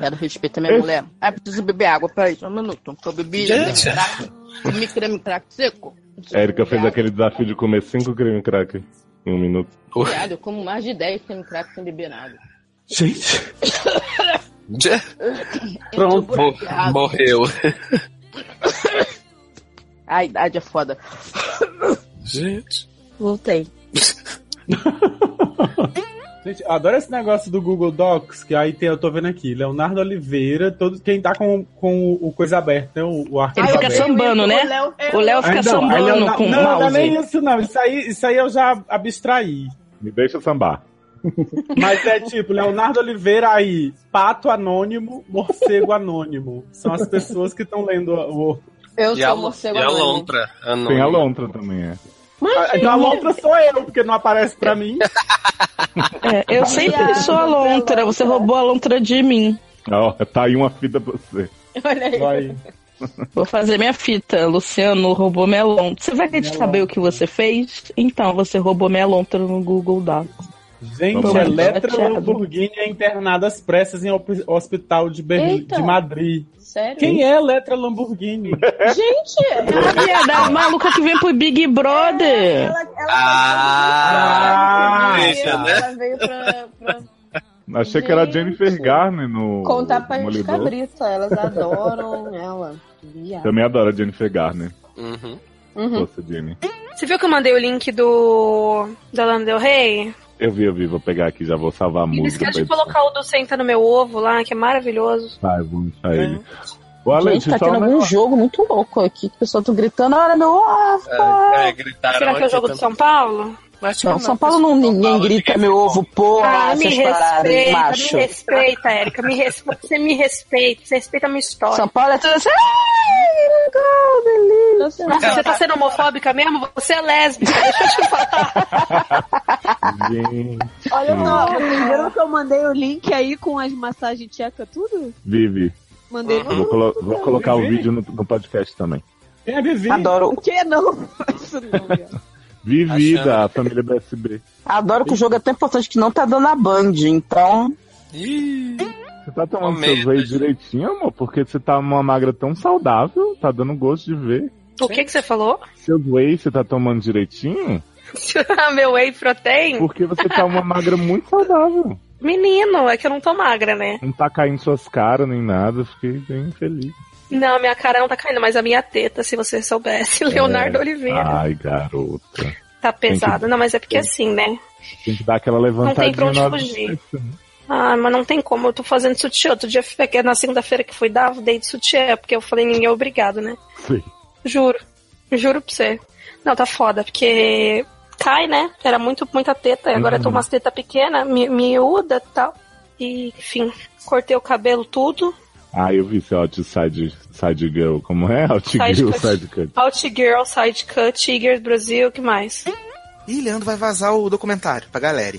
[SPEAKER 1] Quero respeito à minha
[SPEAKER 2] Ei.
[SPEAKER 1] mulher. Ah, preciso beber água. Peraí, só um minuto. Tá Que eu bebi creme
[SPEAKER 2] Gente.
[SPEAKER 1] crack, comi creme crack um seco.
[SPEAKER 2] Érica fez aquele desafio de comer cinco creme crack em um minuto.
[SPEAKER 1] Viado, eu como mais de 10 creme crack sem beber nada.
[SPEAKER 2] Gente.
[SPEAKER 1] Pronto.
[SPEAKER 4] Morreu.
[SPEAKER 1] A idade é foda.
[SPEAKER 4] Gente.
[SPEAKER 1] Voltei.
[SPEAKER 8] Gente, eu adoro esse negócio do Google Docs, que aí tem, eu tô vendo aqui, Leonardo Oliveira, todo, quem tá com, com o, o coisa aberta, né? O, o arquivo
[SPEAKER 7] Ele fica
[SPEAKER 8] aberto.
[SPEAKER 7] sambando, né? O Léo fica
[SPEAKER 8] Ah, não, aí
[SPEAKER 7] sambando
[SPEAKER 8] Leonardo-
[SPEAKER 7] com o
[SPEAKER 8] Não, não é
[SPEAKER 7] mouse.
[SPEAKER 8] nem isso, não. Isso aí, isso aí eu já abstraí.
[SPEAKER 2] Me deixa sambar.
[SPEAKER 8] Mas é tipo, Leonardo Oliveira aí, pato anônimo, morcego anônimo. São as pessoas que estão lendo o.
[SPEAKER 1] Eu
[SPEAKER 4] E a, e a lontra. anônima.
[SPEAKER 2] Tem a lontra também, é.
[SPEAKER 8] Ah, Então a lontra sou eu, porque não aparece
[SPEAKER 7] (laughs)
[SPEAKER 8] pra mim.
[SPEAKER 7] É, eu sempre sou a lontra, você roubou a lontra de mim.
[SPEAKER 2] Ó, tá aí uma fita pra você.
[SPEAKER 1] Olha aí.
[SPEAKER 7] Vou fazer minha fita. Luciano roubou minha lontra. Você vai querer saber o que você fez? Então, você roubou minha lontra no Google Docs.
[SPEAKER 8] Gente,
[SPEAKER 7] Toma,
[SPEAKER 8] Eletra
[SPEAKER 7] chateado.
[SPEAKER 8] Lamborghini é internada às pressas em op- hospital de, Berlim,
[SPEAKER 7] Eita.
[SPEAKER 8] de Madrid.
[SPEAKER 1] Sério?
[SPEAKER 8] Quem é Eletra Lamborghini?
[SPEAKER 1] É.
[SPEAKER 7] (laughs) Gente! é da maluca que vem pro Big Brother.
[SPEAKER 4] Ah,
[SPEAKER 2] Ah,
[SPEAKER 4] deixa,
[SPEAKER 2] tá.
[SPEAKER 4] né?
[SPEAKER 22] veio pra, pra
[SPEAKER 2] Achei que era Jennifer Garner no.
[SPEAKER 22] contar pra gente
[SPEAKER 2] Demolidor.
[SPEAKER 22] cabrita. Elas adoram ela. Viado.
[SPEAKER 2] Também adoro a Jennifer Garner.
[SPEAKER 4] Uhum.
[SPEAKER 2] Nossa, Jenny.
[SPEAKER 9] Você viu que eu mandei o link do da Lana Del Rey?
[SPEAKER 2] Eu vi, eu vi, vou pegar aqui, já vou salvar a
[SPEAKER 9] Não
[SPEAKER 2] música.
[SPEAKER 9] esquece de
[SPEAKER 2] pra
[SPEAKER 9] colocar o do Senta no Meu Ovo lá, que é maravilhoso.
[SPEAKER 2] Tá, eu vou deixar ele. O Alex,
[SPEAKER 1] Gente, tá
[SPEAKER 2] só
[SPEAKER 1] tendo
[SPEAKER 2] uma-
[SPEAKER 1] algum jogo muito louco aqui. que O pessoal tá gritando, olha meu ovo.
[SPEAKER 4] É, é, gritaram
[SPEAKER 9] Será que é o
[SPEAKER 4] aqui
[SPEAKER 9] jogo do
[SPEAKER 4] também.
[SPEAKER 9] São Paulo?
[SPEAKER 1] Não, São Paulo não ninguém grita meu ovo, porra,
[SPEAKER 9] Ah, me
[SPEAKER 1] essas paradas de
[SPEAKER 9] respeita,
[SPEAKER 1] macho.
[SPEAKER 9] me respeita, Érica. Me respe... Você me respeita, você respeita a minha história.
[SPEAKER 1] São Paulo é tudo assim. "Ai, legal, delícia."
[SPEAKER 9] Nossa, você tá sendo homofóbica mesmo? Você é lésbica, deixa eu te falar.
[SPEAKER 2] Gente.
[SPEAKER 23] Olha
[SPEAKER 22] só,
[SPEAKER 23] vocês viram que eu mandei o link aí com as massagens tcheca tudo?
[SPEAKER 2] Vive.
[SPEAKER 23] Mandei
[SPEAKER 2] Eu Vou, colo- vou colocar o vídeo no, no podcast também.
[SPEAKER 8] É, Vivi.
[SPEAKER 1] Adoro.
[SPEAKER 23] O que não? Isso não.
[SPEAKER 2] Vivi da família BSB.
[SPEAKER 1] Adoro que o jogo é tão importante que não tá dando a Band, então.
[SPEAKER 2] Você tá tomando seu veio direitinho, amor? Porque você tá uma magra tão saudável, tá dando gosto de ver.
[SPEAKER 9] O que, que você (laughs) falou?
[SPEAKER 2] Seu whey você tá tomando direitinho?
[SPEAKER 9] Ah, Meu whey protein?
[SPEAKER 2] Porque você tá uma magra muito saudável.
[SPEAKER 9] Menino, é que eu não tô magra, né?
[SPEAKER 2] Não tá caindo suas caras nem nada, eu fiquei bem feliz.
[SPEAKER 9] Não, minha cara não tá caindo, mas a minha teta, se você soubesse, (laughs) (laughs) Leonardo
[SPEAKER 2] É.
[SPEAKER 9] Oliveira.
[SPEAKER 2] Ai, garota.
[SPEAKER 9] Tá
[SPEAKER 2] Tem que-
[SPEAKER 9] pesado. Não, mas é porque assim, né?
[SPEAKER 2] Tem que dar aquela
[SPEAKER 9] Não tem
[SPEAKER 2] levantadinha
[SPEAKER 9] pra onde
[SPEAKER 2] na
[SPEAKER 9] fugir. Ah, mas não tem como. Eu tô fazendo sutiã. Outro dia, que é na segunda-feira que fui dar, eu dei de sutiã, porque eu falei, ninguém é obrigado, né?
[SPEAKER 2] (laughs) Sim.
[SPEAKER 9] Juro. Juro pra você. Não, tá foda, porque cai, né? Era muito, muita teta, e agora
[SPEAKER 24] Uhum.
[SPEAKER 9] tô umas teta pequena, mi- miúda e tal. E, enfim, cortei o cabelo tudo.
[SPEAKER 2] Ah, eu vi seu Out Side, side Girl. Como é? Out Girl Side Cut.
[SPEAKER 9] Outgirl, Sidecut, Tigers Brasil, que mais?
[SPEAKER 4] Ih, Leandro vai vazar o documentário pra galera.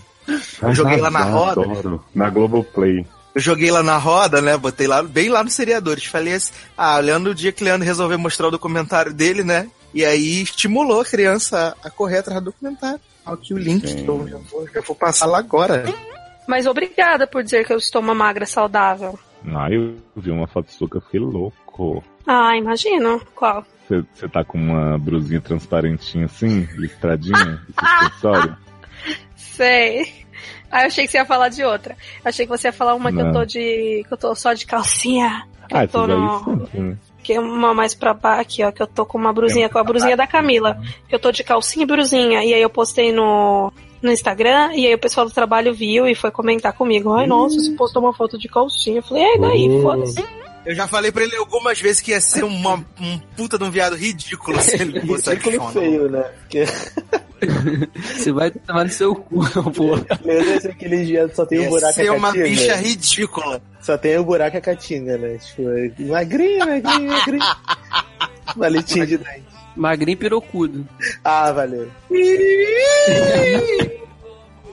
[SPEAKER 4] Eu joguei lá na roda.
[SPEAKER 2] Adoro. Na Globoplay.
[SPEAKER 4] Eu joguei lá na roda, né? Botei lá, bem lá nos seriadores. Falei assim, ah, o Leandro, o dia que o Leandro resolveu mostrar o documentário dele, né? E aí estimulou a criança a correr atrás do documentário. Aqui o link, que eu já vou, já vou passar lá agora.
[SPEAKER 9] Mas obrigada por dizer que eu estou uma magra saudável.
[SPEAKER 2] Ah, eu vi uma foto sua que eu fiquei louco.
[SPEAKER 9] Ah, imagino. Qual?
[SPEAKER 2] Você tá com uma brusinha transparentinha assim,
[SPEAKER 6] (laughs)
[SPEAKER 2] listradinha, esse acessório?
[SPEAKER 9] Sei. Ah, eu achei que você ia falar de outra. Eu achei que você ia falar uma que eu
[SPEAKER 2] Não.
[SPEAKER 9] tô de. que eu tô só de calcinha. Que
[SPEAKER 2] Ah,
[SPEAKER 9] eu tô
[SPEAKER 2] esses aí
[SPEAKER 9] no.
[SPEAKER 2] sempre, né?
[SPEAKER 9] Que é uma mais pra baixo aqui, ó. Que eu tô com uma brusinha, com a brusinha da Camila. Que eu tô de calcinha (laughs) e brusinha. E aí eu postei no. No Instagram, e aí o pessoal do trabalho viu e foi comentar comigo. Ai, nossa, você postou uma foto de calcinha. Eu falei, é daí, foda-se.
[SPEAKER 4] Eu já falei pra ele algumas vezes que ia ser uma, um puta de um viado ridículo se
[SPEAKER 25] (laughs)
[SPEAKER 4] ele fosse
[SPEAKER 25] Ridículo e é feio, né? Porque...
[SPEAKER 7] Você vai tomar no seu cu, pô.
[SPEAKER 25] Meu Deus, aquele dia só tem o
[SPEAKER 4] Ia
[SPEAKER 25] buraco
[SPEAKER 4] ser
[SPEAKER 25] a
[SPEAKER 4] uma
[SPEAKER 25] Caatinga.
[SPEAKER 4] bicha ridícula.
[SPEAKER 25] Só tem o buraco e a Caatinga, né? Tipo, magrinho, magrinho, magrinho.
[SPEAKER 4] (laughs)
[SPEAKER 25] Palitinho de dente.
[SPEAKER 7] Magrinho pirocudo.
[SPEAKER 25] Ah, valeu.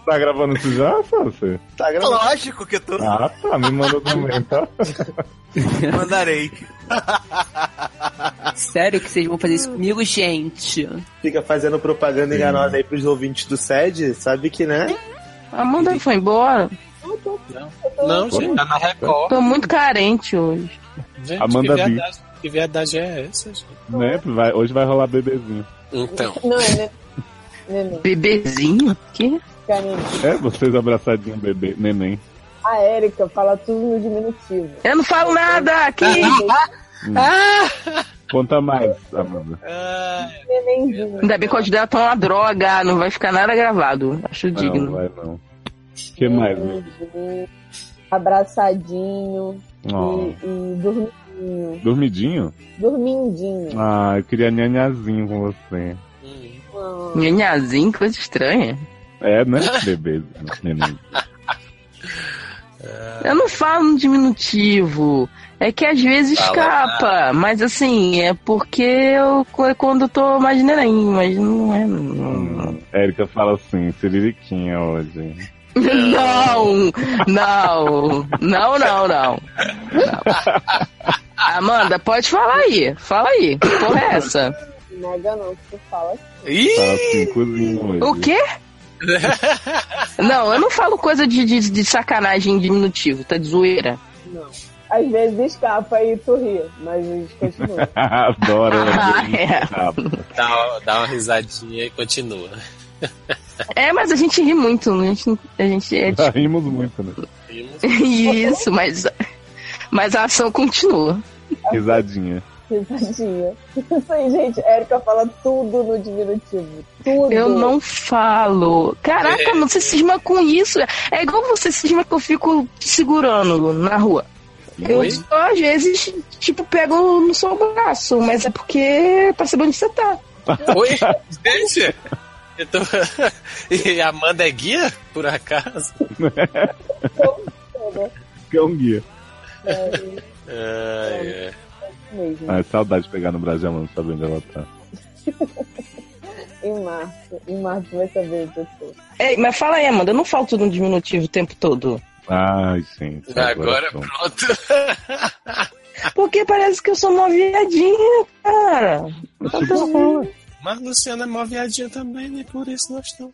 [SPEAKER 2] Tá gravando isso já, Sassi?
[SPEAKER 25] Tá
[SPEAKER 4] gravando? Lógico que eu tô.
[SPEAKER 2] Ah, tá, me
[SPEAKER 6] (laughs)
[SPEAKER 2] mandou também, tá?
[SPEAKER 4] Mandarei.
[SPEAKER 7] Ah, Sério que vocês vão fazer isso comigo, gente?
[SPEAKER 25] Fica fazendo propaganda enganosa aí pros ouvintes do SED, sabe que, né?
[SPEAKER 1] A Amanda foi embora.
[SPEAKER 6] Não, gente, tá na Record.
[SPEAKER 1] Tô muito carente hoje.
[SPEAKER 6] Gente,
[SPEAKER 2] Amanda
[SPEAKER 6] que
[SPEAKER 2] Bee.
[SPEAKER 6] viadagem, que viadagem é essa, gente?
[SPEAKER 2] Né? Vai- hoje vai rolar bebezinho.
[SPEAKER 7] Então.
[SPEAKER 8] Não, é ne- neném.
[SPEAKER 1] Bebezinho? Que?
[SPEAKER 8] Carinho.
[SPEAKER 2] É, vocês abraçadinho, bebê, neném.
[SPEAKER 8] A Érica fala tudo no diminutivo.
[SPEAKER 1] Eu não falo nada aqui!
[SPEAKER 2] Ah, Conta mais, Amanda.
[SPEAKER 8] Nenenzinho.
[SPEAKER 1] Ainda bem que o dela tá uma droga, não vai ficar nada gravado. Acho digno.
[SPEAKER 2] Não, vai não. O que mais, meu?
[SPEAKER 8] Abraçadinho.
[SPEAKER 2] Ó,
[SPEAKER 8] E, e dormidinho.
[SPEAKER 2] Dormidinho?
[SPEAKER 8] Dormindinho.
[SPEAKER 2] Ah, eu queria nhanhazinho com você.
[SPEAKER 1] Nhanhazinho, coisa estranha.
[SPEAKER 2] É, né? Bebezinho, neném.
[SPEAKER 1] Eu não falo no diminutivo. É que às vezes
[SPEAKER 2] Fala.
[SPEAKER 1] escapa, mas assim, é porque eu é quando eu tô mais neném, mas não é.
[SPEAKER 2] Hum, Érica fala assim, siririquinha hoje.
[SPEAKER 1] Não! Não! Não, não, não. não. Amanda, pode falar aí. Fala aí. Que porra é essa?
[SPEAKER 8] Nega não, que tu fala assim.
[SPEAKER 2] Fala assim, cozinha hoje.
[SPEAKER 1] O quê? Não, eu não falo coisa de, de, de sacanagem em diminutivo, tá de zoeira.
[SPEAKER 8] Não. Às vezes escapa e tu ri, mas a gente continua.
[SPEAKER 2] (laughs) Adoro.
[SPEAKER 1] Ah, é.
[SPEAKER 6] Dá, dá uma risadinha e continua.
[SPEAKER 1] É, mas a gente ri muito, né? a gente, a gente é
[SPEAKER 2] Já rimos muito, né?
[SPEAKER 1] Isso, mas, mas a ação continua.
[SPEAKER 2] Risadinha.
[SPEAKER 8] Risadinha. Isso aí, gente. A Erika fala tudo no diminutivo. Tudo.
[SPEAKER 1] Eu não falo. Caraca, mano, você cisma com isso. É igual você cisma que eu fico te segurando na rua. Eu
[SPEAKER 7] Oi?
[SPEAKER 1] só, às vezes, tipo, pego no seu braço, mas é porque pra saber onde você tá.
[SPEAKER 6] Oi, gente! Eu tô... (laughs) E a Amanda é guia, por acaso?
[SPEAKER 2] Que é um guia.
[SPEAKER 6] Ai, é.
[SPEAKER 8] Mesmo.
[SPEAKER 2] Ah, é saudade de pegar no Brasil, mano, saber onde ela tá.
[SPEAKER 8] Em março. Em março vai saber o que eu sou.
[SPEAKER 1] É, mas fala aí, Amanda, eu não falo tudo no diminutivo o tempo todo.
[SPEAKER 2] Ai, gente.
[SPEAKER 6] Agora
[SPEAKER 2] são-
[SPEAKER 6] pronto.
[SPEAKER 1] Porque parece que eu sou uma viadinha, cara. Tá bom.
[SPEAKER 6] Mas Luciana é mó viadinha também, né? Por isso nós estamos.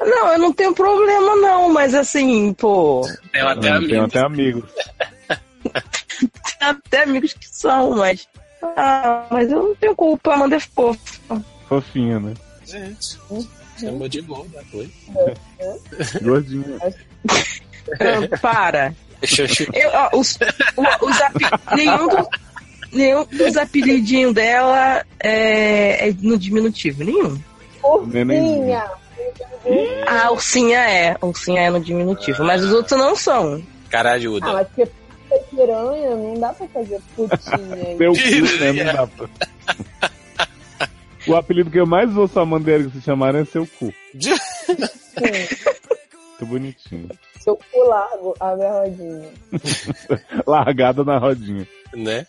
[SPEAKER 1] Não, eu não tenho problema, não, mas assim, pô. (laughs)
[SPEAKER 6] Tem até
[SPEAKER 2] Hum, Tenho até amigos.
[SPEAKER 1] Tem até amigos que são, mas. Ah, mas eu não tenho culpa, a Amanda é fofa.
[SPEAKER 2] Fofinha, né?
[SPEAKER 6] Gente, chamou de gorda, foi.
[SPEAKER 2] Gordinha.
[SPEAKER 1] Ah, Para.
[SPEAKER 6] Xoxu.
[SPEAKER 1] Eu, ó, os, o- os api- nenhum, do- nenhum dos apelidinhos dela é, é no diminutivo, nenhum.
[SPEAKER 8] Ursinha.
[SPEAKER 1] A ursinha é. A ursinha é no diminutivo, mas os outros não são.
[SPEAKER 6] Caralhuda.
[SPEAKER 8] Ah, mas porque puta é piranha não dá pra fazer putinha.
[SPEAKER 2] Meu cu, né? Não dá pra... O apelido que eu mais ouço a Mandeira que se chamarem é seu cu. Muito bonitinho.
[SPEAKER 7] Seu cu largo, abre a rodinha.
[SPEAKER 2] (laughs) Largada na rodinha.
[SPEAKER 6] Né?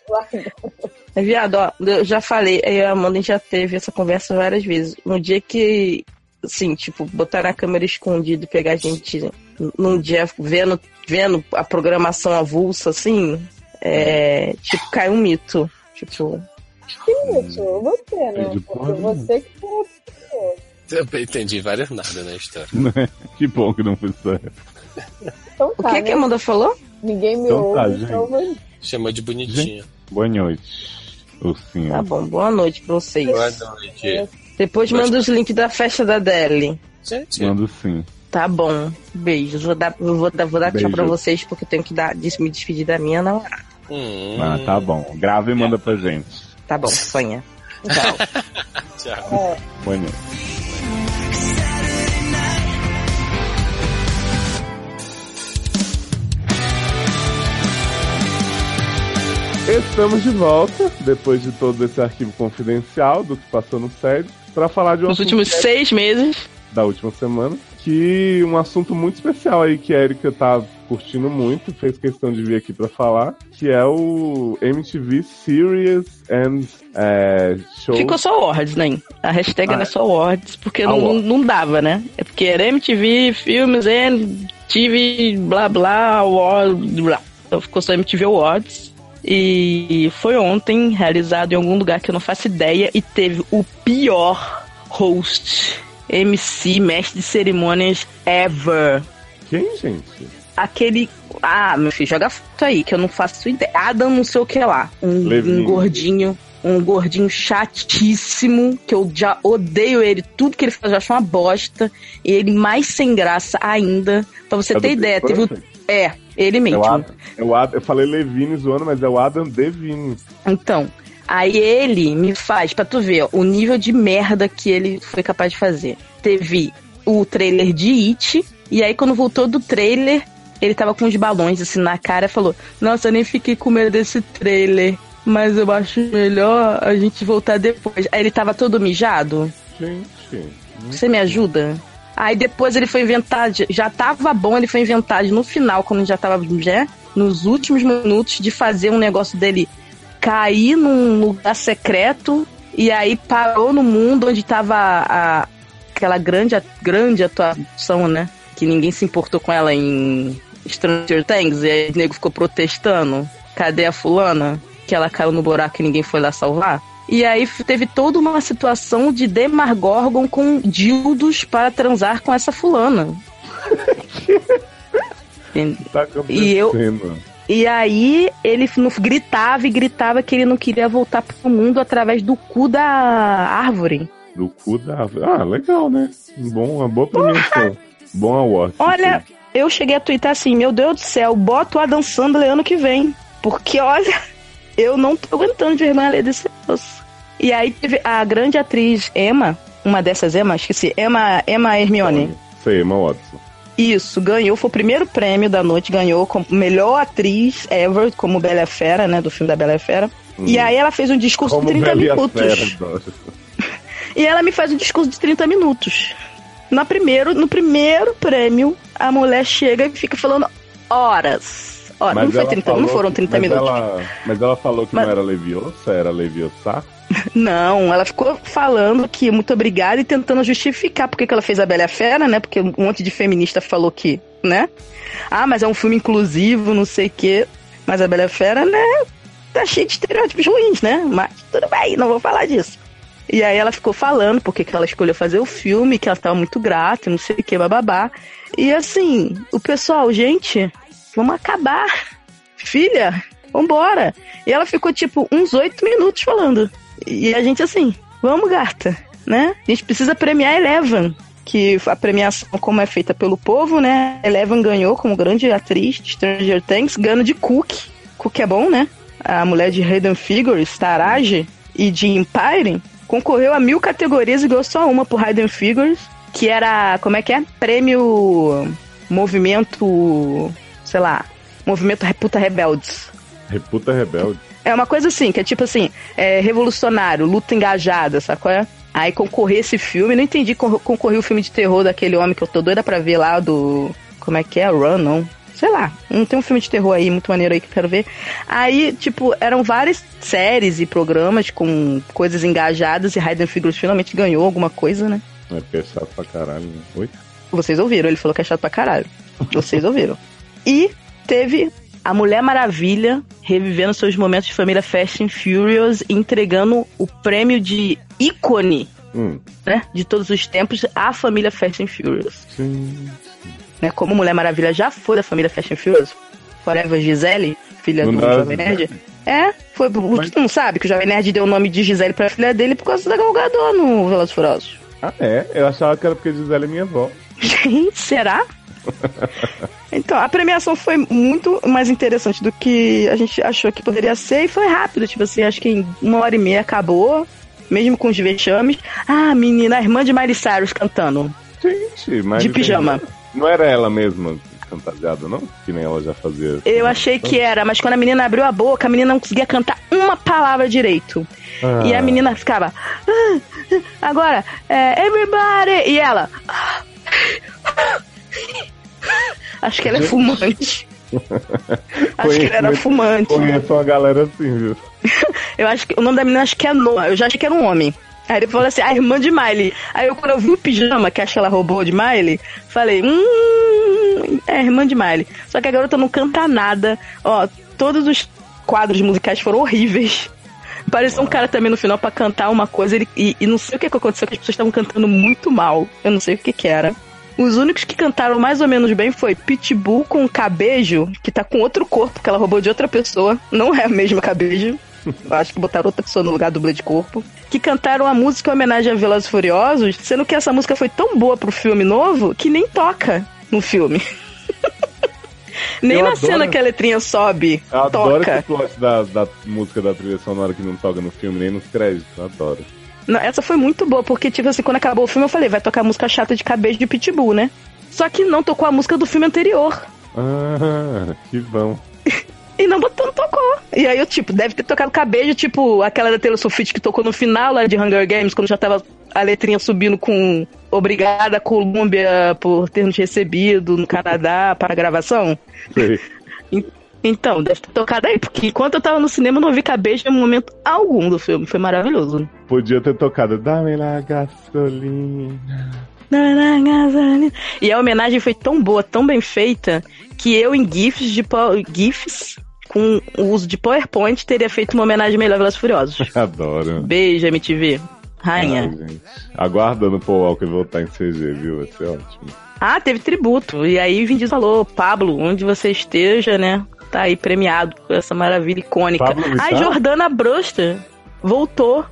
[SPEAKER 1] Viado, ó, eu já falei, eu e a Amanda já teve essa conversa várias vezes. Um dia que, assim, tipo, botar na câmera escondido e pegar a gente num dia vendo, vendo a programação avulsa, assim, é, tipo, cai um mito. Tipo,
[SPEAKER 7] Que útil, você, né?
[SPEAKER 2] Entendi porra
[SPEAKER 7] Porque Você que foi.
[SPEAKER 6] Também entendi vários nada na história.
[SPEAKER 2] né? (laughs) que bom que não foi só.
[SPEAKER 7] Então tá,
[SPEAKER 1] o que, que a Amanda falou?
[SPEAKER 7] Ninguém me
[SPEAKER 2] Então
[SPEAKER 7] ouve,
[SPEAKER 2] tá, gente.
[SPEAKER 7] então vou.
[SPEAKER 6] Chamou de bonitinha.
[SPEAKER 2] Boa noite, ursinho.
[SPEAKER 1] Tá bom, boa noite pra vocês.
[SPEAKER 6] Boa noite.
[SPEAKER 1] Depois manda os links da festa da Deli.
[SPEAKER 2] Mando sim.
[SPEAKER 1] Tá bom, beijos. Vou dar, eu vou dar, vou dar tchau
[SPEAKER 2] Beijo.
[SPEAKER 1] pra vocês porque eu tenho que dar, de- me despedir da minha namorada.
[SPEAKER 6] hum.
[SPEAKER 2] Ah, tá bom. Grava e manda pra gente.
[SPEAKER 1] Tá bom, sonha.
[SPEAKER 6] Tchau.
[SPEAKER 2] Boa noite. Estamos de volta, depois de todo esse arquivo confidencial do que passou no SED, para falar de
[SPEAKER 1] (laughs)
[SPEAKER 2] um
[SPEAKER 1] Nos
[SPEAKER 2] assunto
[SPEAKER 1] últimos
[SPEAKER 2] que é
[SPEAKER 1] seis meses.
[SPEAKER 2] da última semana, que um assunto muito especial aí que a Erika tá curtindo muito, fez questão de vir aqui para falar, que é o MTV Series and é, Show.
[SPEAKER 1] Ficou só Awards, né? A hashtag
[SPEAKER 2] Ah,
[SPEAKER 1] era
[SPEAKER 2] é.
[SPEAKER 1] só Awards, porque não,
[SPEAKER 2] Awards.
[SPEAKER 1] não dava, né? É porque era MTV, filmes, and TV, blá blá, Awards, blá. Então ficou só MTV Awards. E foi ontem, realizado em algum lugar que eu não faço ideia, e teve o pior host, MC, mestre de cerimônias ever.
[SPEAKER 2] Quem, gente?
[SPEAKER 1] Aquele. Ah, meu filho, joga foto aí, que eu não faço ideia. Adam, não sei o que lá. Um,
[SPEAKER 2] Levine.
[SPEAKER 1] um gordinho. Um gordinho chatíssimo, que eu já odeio ele. Tudo que ele faz eu acho uma bosta. E ele mais sem graça ainda. Pra você
[SPEAKER 2] É do
[SPEAKER 1] ter
[SPEAKER 2] Pitch
[SPEAKER 1] ideia, teve o.
[SPEAKER 2] Perfect?
[SPEAKER 1] É, ele
[SPEAKER 2] É
[SPEAKER 1] mesmo.
[SPEAKER 2] o Adam, é o Adam, eu falei Levine zoando, mas é o Adam Devine.
[SPEAKER 1] Então, aí ele me faz, pra tu ver, ó, o nível de merda que ele foi capaz de fazer. Teve o trailer de It, e aí quando voltou do trailer, ele tava com uns balões assim na cara e falou: Nossa, eu nem fiquei com medo desse trailer, mas eu acho melhor a gente voltar depois. Aí ele tava todo mijado.
[SPEAKER 2] Gente.
[SPEAKER 1] Você me ajuda? Aí depois ele foi inventar, de- já tava bom, ele foi inventar de no final, quando já tava, né, nos últimos minutos, de fazer um negócio dele cair num lugar secreto e aí parou no mundo onde tava a- aquela grande, grande atuação, né? Que ninguém se importou com ela em Stranger Things e aí o nego ficou protestando. Cadê a fulana? Que ela caiu no buraco e ninguém foi lá salvar. E aí f- teve toda uma situação de Demargorgon com dildos para transar com essa fulana.
[SPEAKER 2] Tá
[SPEAKER 1] E eu-
[SPEAKER 2] acontecendo.
[SPEAKER 1] E aí ele não- gritava e gritava que ele não queria voltar pro mundo através do cu da árvore.
[SPEAKER 2] Do cu da árvore. Ah, legal, né? Um bom, uma boa premiação. Bom award.
[SPEAKER 1] Olha, eu cheguei a twittar assim, meu Deus do céu, bota o Adam Sandler ano que vem. Porque, (laughs) olha, eu não tô aguentando de vergonha alheia desse moço. E aí teve a grande atriz Emma, uma dessas Emma, esqueci, Emma, Emma Hermione.
[SPEAKER 2] Sei, Emma Watson.
[SPEAKER 1] Isso, ganhou, foi o primeiro prêmio da noite, ganhou como melhor atriz ever, como Bela e a Fera, né, do filme da Bela e a Fera. E aí ela fez um discurso
[SPEAKER 2] Hum. Como
[SPEAKER 1] de 30
[SPEAKER 2] Bela e a
[SPEAKER 1] minutos.
[SPEAKER 2] Fera, adoro.
[SPEAKER 1] E ela me faz um discurso de 30 minutos. Na primeiro, no primeiro prêmio, a mulher chega e fica falando horas. Horas. Não, foi
[SPEAKER 2] ela
[SPEAKER 1] 30, não
[SPEAKER 2] falou
[SPEAKER 1] foram
[SPEAKER 2] que-
[SPEAKER 1] 30
[SPEAKER 2] mas
[SPEAKER 1] minutos.
[SPEAKER 2] Ela, mas ela falou que
[SPEAKER 1] Mas-
[SPEAKER 2] não era Leviosa, era Leviosa.
[SPEAKER 1] Não, ela ficou falando que muito obrigada e tentando justificar porque que ela fez a Bela e a Fera, né? Porque um monte de feminista falou que, né? Ah, mas é um filme inclusivo, não sei o quê. Mas a Bela e a Fera, né? Tá cheio de estereótipos ruins, né? Mas tudo bem, não vou falar disso. E aí ela ficou falando porque que ela escolheu fazer o filme, que ela tava muito grata, não sei o que, bababá. E assim, o pessoal, gente, vamos acabar filha, vambora. E ela ficou tipo uns oito minutos falando. E a gente assim, vamos gata, né? A gente precisa premiar Eleven, que a premiação como é feita pelo povo, né? Eleven ganhou como grande atriz de Stranger Things, ganhando de Cook. Cook é bom, né? A mulher de Hidden Figures, Taraji e de Empire concorreu a mil categorias e ganhou só uma por Hidden Figures, que era, como é que é? Prêmio Movimento, sei lá, Movimento Reputa Rebeldes.
[SPEAKER 2] Reputa Rebelde.
[SPEAKER 1] É uma coisa assim, que é tipo assim, é revolucionário, luta engajada, sacou? É? Aí concorrer esse filme, não entendi cor- concorrer o filme de terror daquele homem que eu tô doida pra ver lá do. Como é que é? Run, não? Sei lá, não tem um filme de terror aí muito maneiro aí que eu quero ver. Aí, tipo, eram várias séries e programas com coisas engajadas e Raiden Figures finalmente ganhou alguma coisa, né?
[SPEAKER 2] É porque é chato pra caralho. né? Oi?
[SPEAKER 1] Vocês ouviram, ele falou que é chato pra caralho. Vocês ouviram. E teve a Mulher Maravilha revivendo seus momentos de família Fast and Furious, entregando o prêmio de ícone,
[SPEAKER 2] Hum.
[SPEAKER 1] né? De todos os tempos, à família Fast and Furious.
[SPEAKER 2] Sim.
[SPEAKER 1] Né? Como Mulher Maravilha já foi da família Fast and Furious, Forever Gisele, filha
[SPEAKER 2] Não
[SPEAKER 1] do
[SPEAKER 2] dá-
[SPEAKER 1] Jovem Nerd. É, foi. Tu não sabe que o Jovem Nerd deu o nome de Gisele pra filha dele por causa da Gal Gadot no Velozes e Furiosos.
[SPEAKER 2] Ah, é? Eu achava que era porque Gisele é minha avó.
[SPEAKER 1] Gente, será? Então, a premiação foi muito mais interessante do que a gente achou que poderia ser e foi rápido, tipo assim, acho que em uma hora e meia acabou, mesmo com os vexames. Ah, menina, a irmã de Miley Cyrus cantando.
[SPEAKER 2] Gente, mas.
[SPEAKER 1] De pijama.
[SPEAKER 2] Não era ela mesma fantasiada, não? Que nem ela já fazia.
[SPEAKER 1] Eu achei que era, mas quando a menina abriu a boca, a menina não conseguia cantar uma palavra direito.
[SPEAKER 2] Ah.
[SPEAKER 1] E a menina ficava. "Ah, ah, agora, é, everybody! E ela. "Ah, ah, ah". Acho que ela é
[SPEAKER 2] Gente. (laughs)
[SPEAKER 1] fumante. Acho que ele era
[SPEAKER 2] Conheço-
[SPEAKER 1] fumante.
[SPEAKER 2] Conheço uma galera assim, viu?
[SPEAKER 1] Eu acho que o nome da menina acho que é Noah. Eu já achei que era um homem. Aí ele falou assim, a irmã de Miley. Aí eu, quando eu vi o pijama, que acho que ela roubou de Miley, falei, hum, é a irmã de Miley. Só que a garota não canta nada. Ó, todos os quadros musicais foram horríveis. Pareceu um cara também no final pra cantar uma coisa ele- e, e não sei o que, que aconteceu, que as pessoas estavam cantando muito mal. Eu não sei o que que era. Os únicos que cantaram mais ou menos bem foi Pitbull com Cabejo, que tá com outro corpo, que ela roubou de outra pessoa. Não é a mesma Cabejo. Eu acho que botaram outra pessoa no lugar do dublê de corpo. Que cantaram a música em homenagem a Velozes e Furiosos, sendo que essa música foi tão boa pro filme novo que nem toca no filme. (laughs) nem
[SPEAKER 2] Eu
[SPEAKER 1] na
[SPEAKER 2] adoro-
[SPEAKER 1] cena que a letrinha sobe,
[SPEAKER 2] Eu adoro
[SPEAKER 1] toca.
[SPEAKER 2] esse plot da, da música da trilha sonora que não toca no filme nem nos créditos. eu Adoro.
[SPEAKER 1] Não, essa foi muito boa, porque, tipo assim, quando acabou o filme, eu falei, vai tocar a música chata de cabeça de Pitbull, né? Só que não tocou a música do filme anterior.
[SPEAKER 2] Ah, que bom.
[SPEAKER 1] E não, botou, não tocou. E aí eu, tipo, deve ter tocado cabeça, tipo, aquela da Taylor Swift que tocou no final lá de Hunger Games, quando já tava a letrinha subindo com obrigada, Colômbia, por ter nos recebido no Canadá para a gravação.
[SPEAKER 2] Sei.
[SPEAKER 1] En- Então, deve ter tocado aí, porque enquanto eu tava no cinema, eu não vi cabeça em momento algum do filme. Foi maravilhoso. né?
[SPEAKER 2] Podia ter tocado Dá-me lá gasolina.
[SPEAKER 1] E a homenagem foi tão boa, tão bem feita, que eu em GIFs de po- GIFs com o uso de PowerPoint teria feito uma homenagem melhor a Velozes e
[SPEAKER 2] (laughs)
[SPEAKER 1] Furiosos.
[SPEAKER 2] Adoro.
[SPEAKER 1] Beijo, MTV. Rainha.
[SPEAKER 2] Ai, gente. Aguardando o Paul Walker voltar em CG, viu? Vai ser ótimo.
[SPEAKER 1] Ah, teve tributo. E aí Vin Diesel falou, Pablo, onde você esteja, né? Tá aí premiado por essa maravilha icônica.
[SPEAKER 2] Pablo Vittar?
[SPEAKER 1] a Jordana Bruster voltou.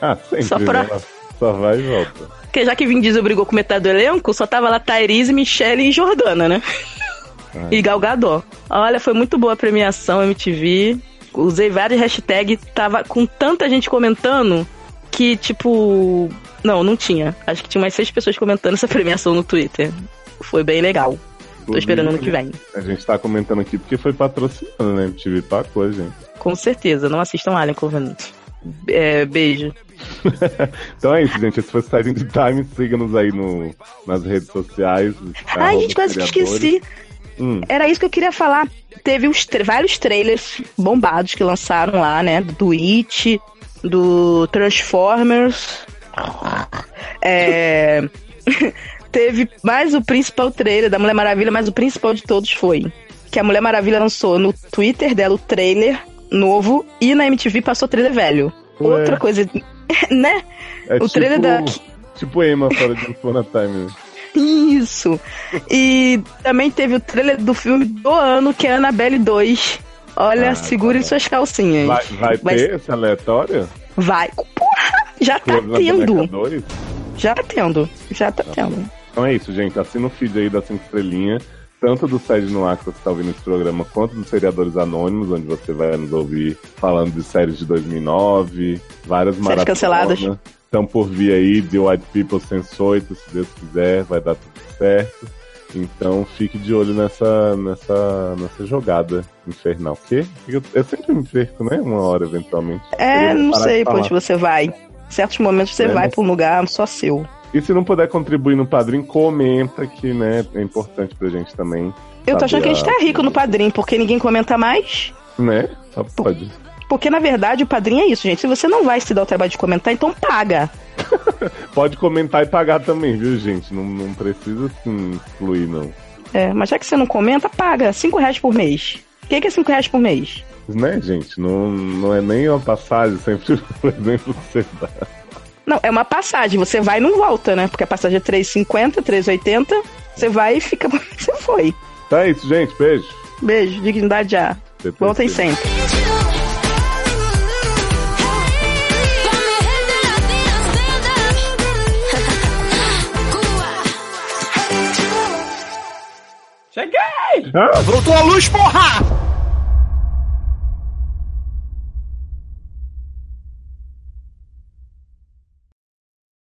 [SPEAKER 2] Ah, sempre,
[SPEAKER 1] Só pra-
[SPEAKER 2] né? Só vai e volta.
[SPEAKER 1] Porque já que Vin Diesel brigou com metade do elenco, só tava lá Thaís, Michelle e Jordana, né?
[SPEAKER 2] Ai.
[SPEAKER 1] E Gal Gadot. Olha, foi muito boa a premiação MTV. Usei várias hashtags, tava com tanta gente comentando que, tipo. Não, não tinha. Acho que tinha umas seis pessoas comentando essa (laughs) premiação no Twitter. Foi bem legal. Tô esperando ano que vem.
[SPEAKER 2] A gente tá comentando aqui porque foi patrocinando, né? MTV pacou, gente.
[SPEAKER 1] Com certeza. Não assistam Alien Covenant. É, beijo.
[SPEAKER 2] Então é isso, gente. Esse foi o Siding de Time. Siga-nos aí no, nas redes sociais. Tá
[SPEAKER 1] Ai, gente, quase que eu esqueci.
[SPEAKER 2] Hum,
[SPEAKER 1] Era isso que eu queria falar. Teve uns tra- vários trailers bombados que lançaram lá, né? Do It, do Transformers. É, (laughs) Teve mais o principal trailer da Mulher Maravilha, mas o principal de todos foi que a Mulher Maravilha lançou no Twitter dela o trailer novo e na MTV passou o trailer velho.
[SPEAKER 2] Ué.
[SPEAKER 1] Outra coisa, (laughs) né?
[SPEAKER 2] é
[SPEAKER 1] o trailer da
[SPEAKER 2] Tipo Emma fora de Fona Time. né?
[SPEAKER 1] isso. E também teve o trailer do filme do ano, que é Annabelle 2. Olha,
[SPEAKER 2] Ah,
[SPEAKER 1] segurem suas calcinhas.
[SPEAKER 2] Vai, vai ter esse aleatório?
[SPEAKER 1] Vai. Porra! Já tá
[SPEAKER 2] Clube da Boneca
[SPEAKER 1] tendo.
[SPEAKER 2] 2?
[SPEAKER 1] Já tá tendo. Já tá tendo.
[SPEAKER 2] Então é isso, gente. Assina o feed aí da 5 estrelinhas, tanto do site no ar que você está ouvindo esse programa, quanto dos Seriadores Anônimos, onde você vai nos ouvir falando de séries de 2009, várias
[SPEAKER 1] Séries
[SPEAKER 2] maratonas.
[SPEAKER 1] canceladas.
[SPEAKER 2] Estão por vir aí, The White People 108, se Deus quiser, vai dar tudo certo. Então fique de olho nessa, nessa, nessa jogada infernal. Que eu, eu sempre me perco, né? Uma hora eventualmente.
[SPEAKER 1] É,
[SPEAKER 2] Eu
[SPEAKER 1] não
[SPEAKER 2] parar de
[SPEAKER 1] sei
[SPEAKER 2] falar.
[SPEAKER 1] pra onde você vai. certos momentos você
[SPEAKER 2] É,
[SPEAKER 1] vai
[SPEAKER 2] mas-
[SPEAKER 1] pra um lugar só seu.
[SPEAKER 2] E se não puder contribuir no padrinho, comenta que né, é importante pra gente também.
[SPEAKER 1] Eu tô achando que a gente tá
[SPEAKER 2] saber
[SPEAKER 1] rico no padrinho, porque ninguém comenta mais.
[SPEAKER 2] Né? Só pode.
[SPEAKER 1] Porque, na verdade, o padrinho é isso, gente. Se você não vai se dar o trabalho de comentar, então paga.
[SPEAKER 2] Pode comentar e pagar também, viu, gente? Não, não precisa assim excluir, não.
[SPEAKER 1] É, mas já que você não comenta, paga. Cinco reais por mês. O que que é cinco reais por mês?
[SPEAKER 2] Né, gente? Não, não é nem uma passagem, (laughs) sempre o exemplo que você dá.
[SPEAKER 1] Não, é uma passagem. Você vai e não volta, né? Porque a passagem é 3,50, 3,80. Você vai e fica (laughs) pra onde você foi.
[SPEAKER 2] Então é isso, gente. Beijo.
[SPEAKER 1] Beijo, dignidade já. Voltem sempre.
[SPEAKER 3] Cheguei!
[SPEAKER 2] Voltou a luz, porra!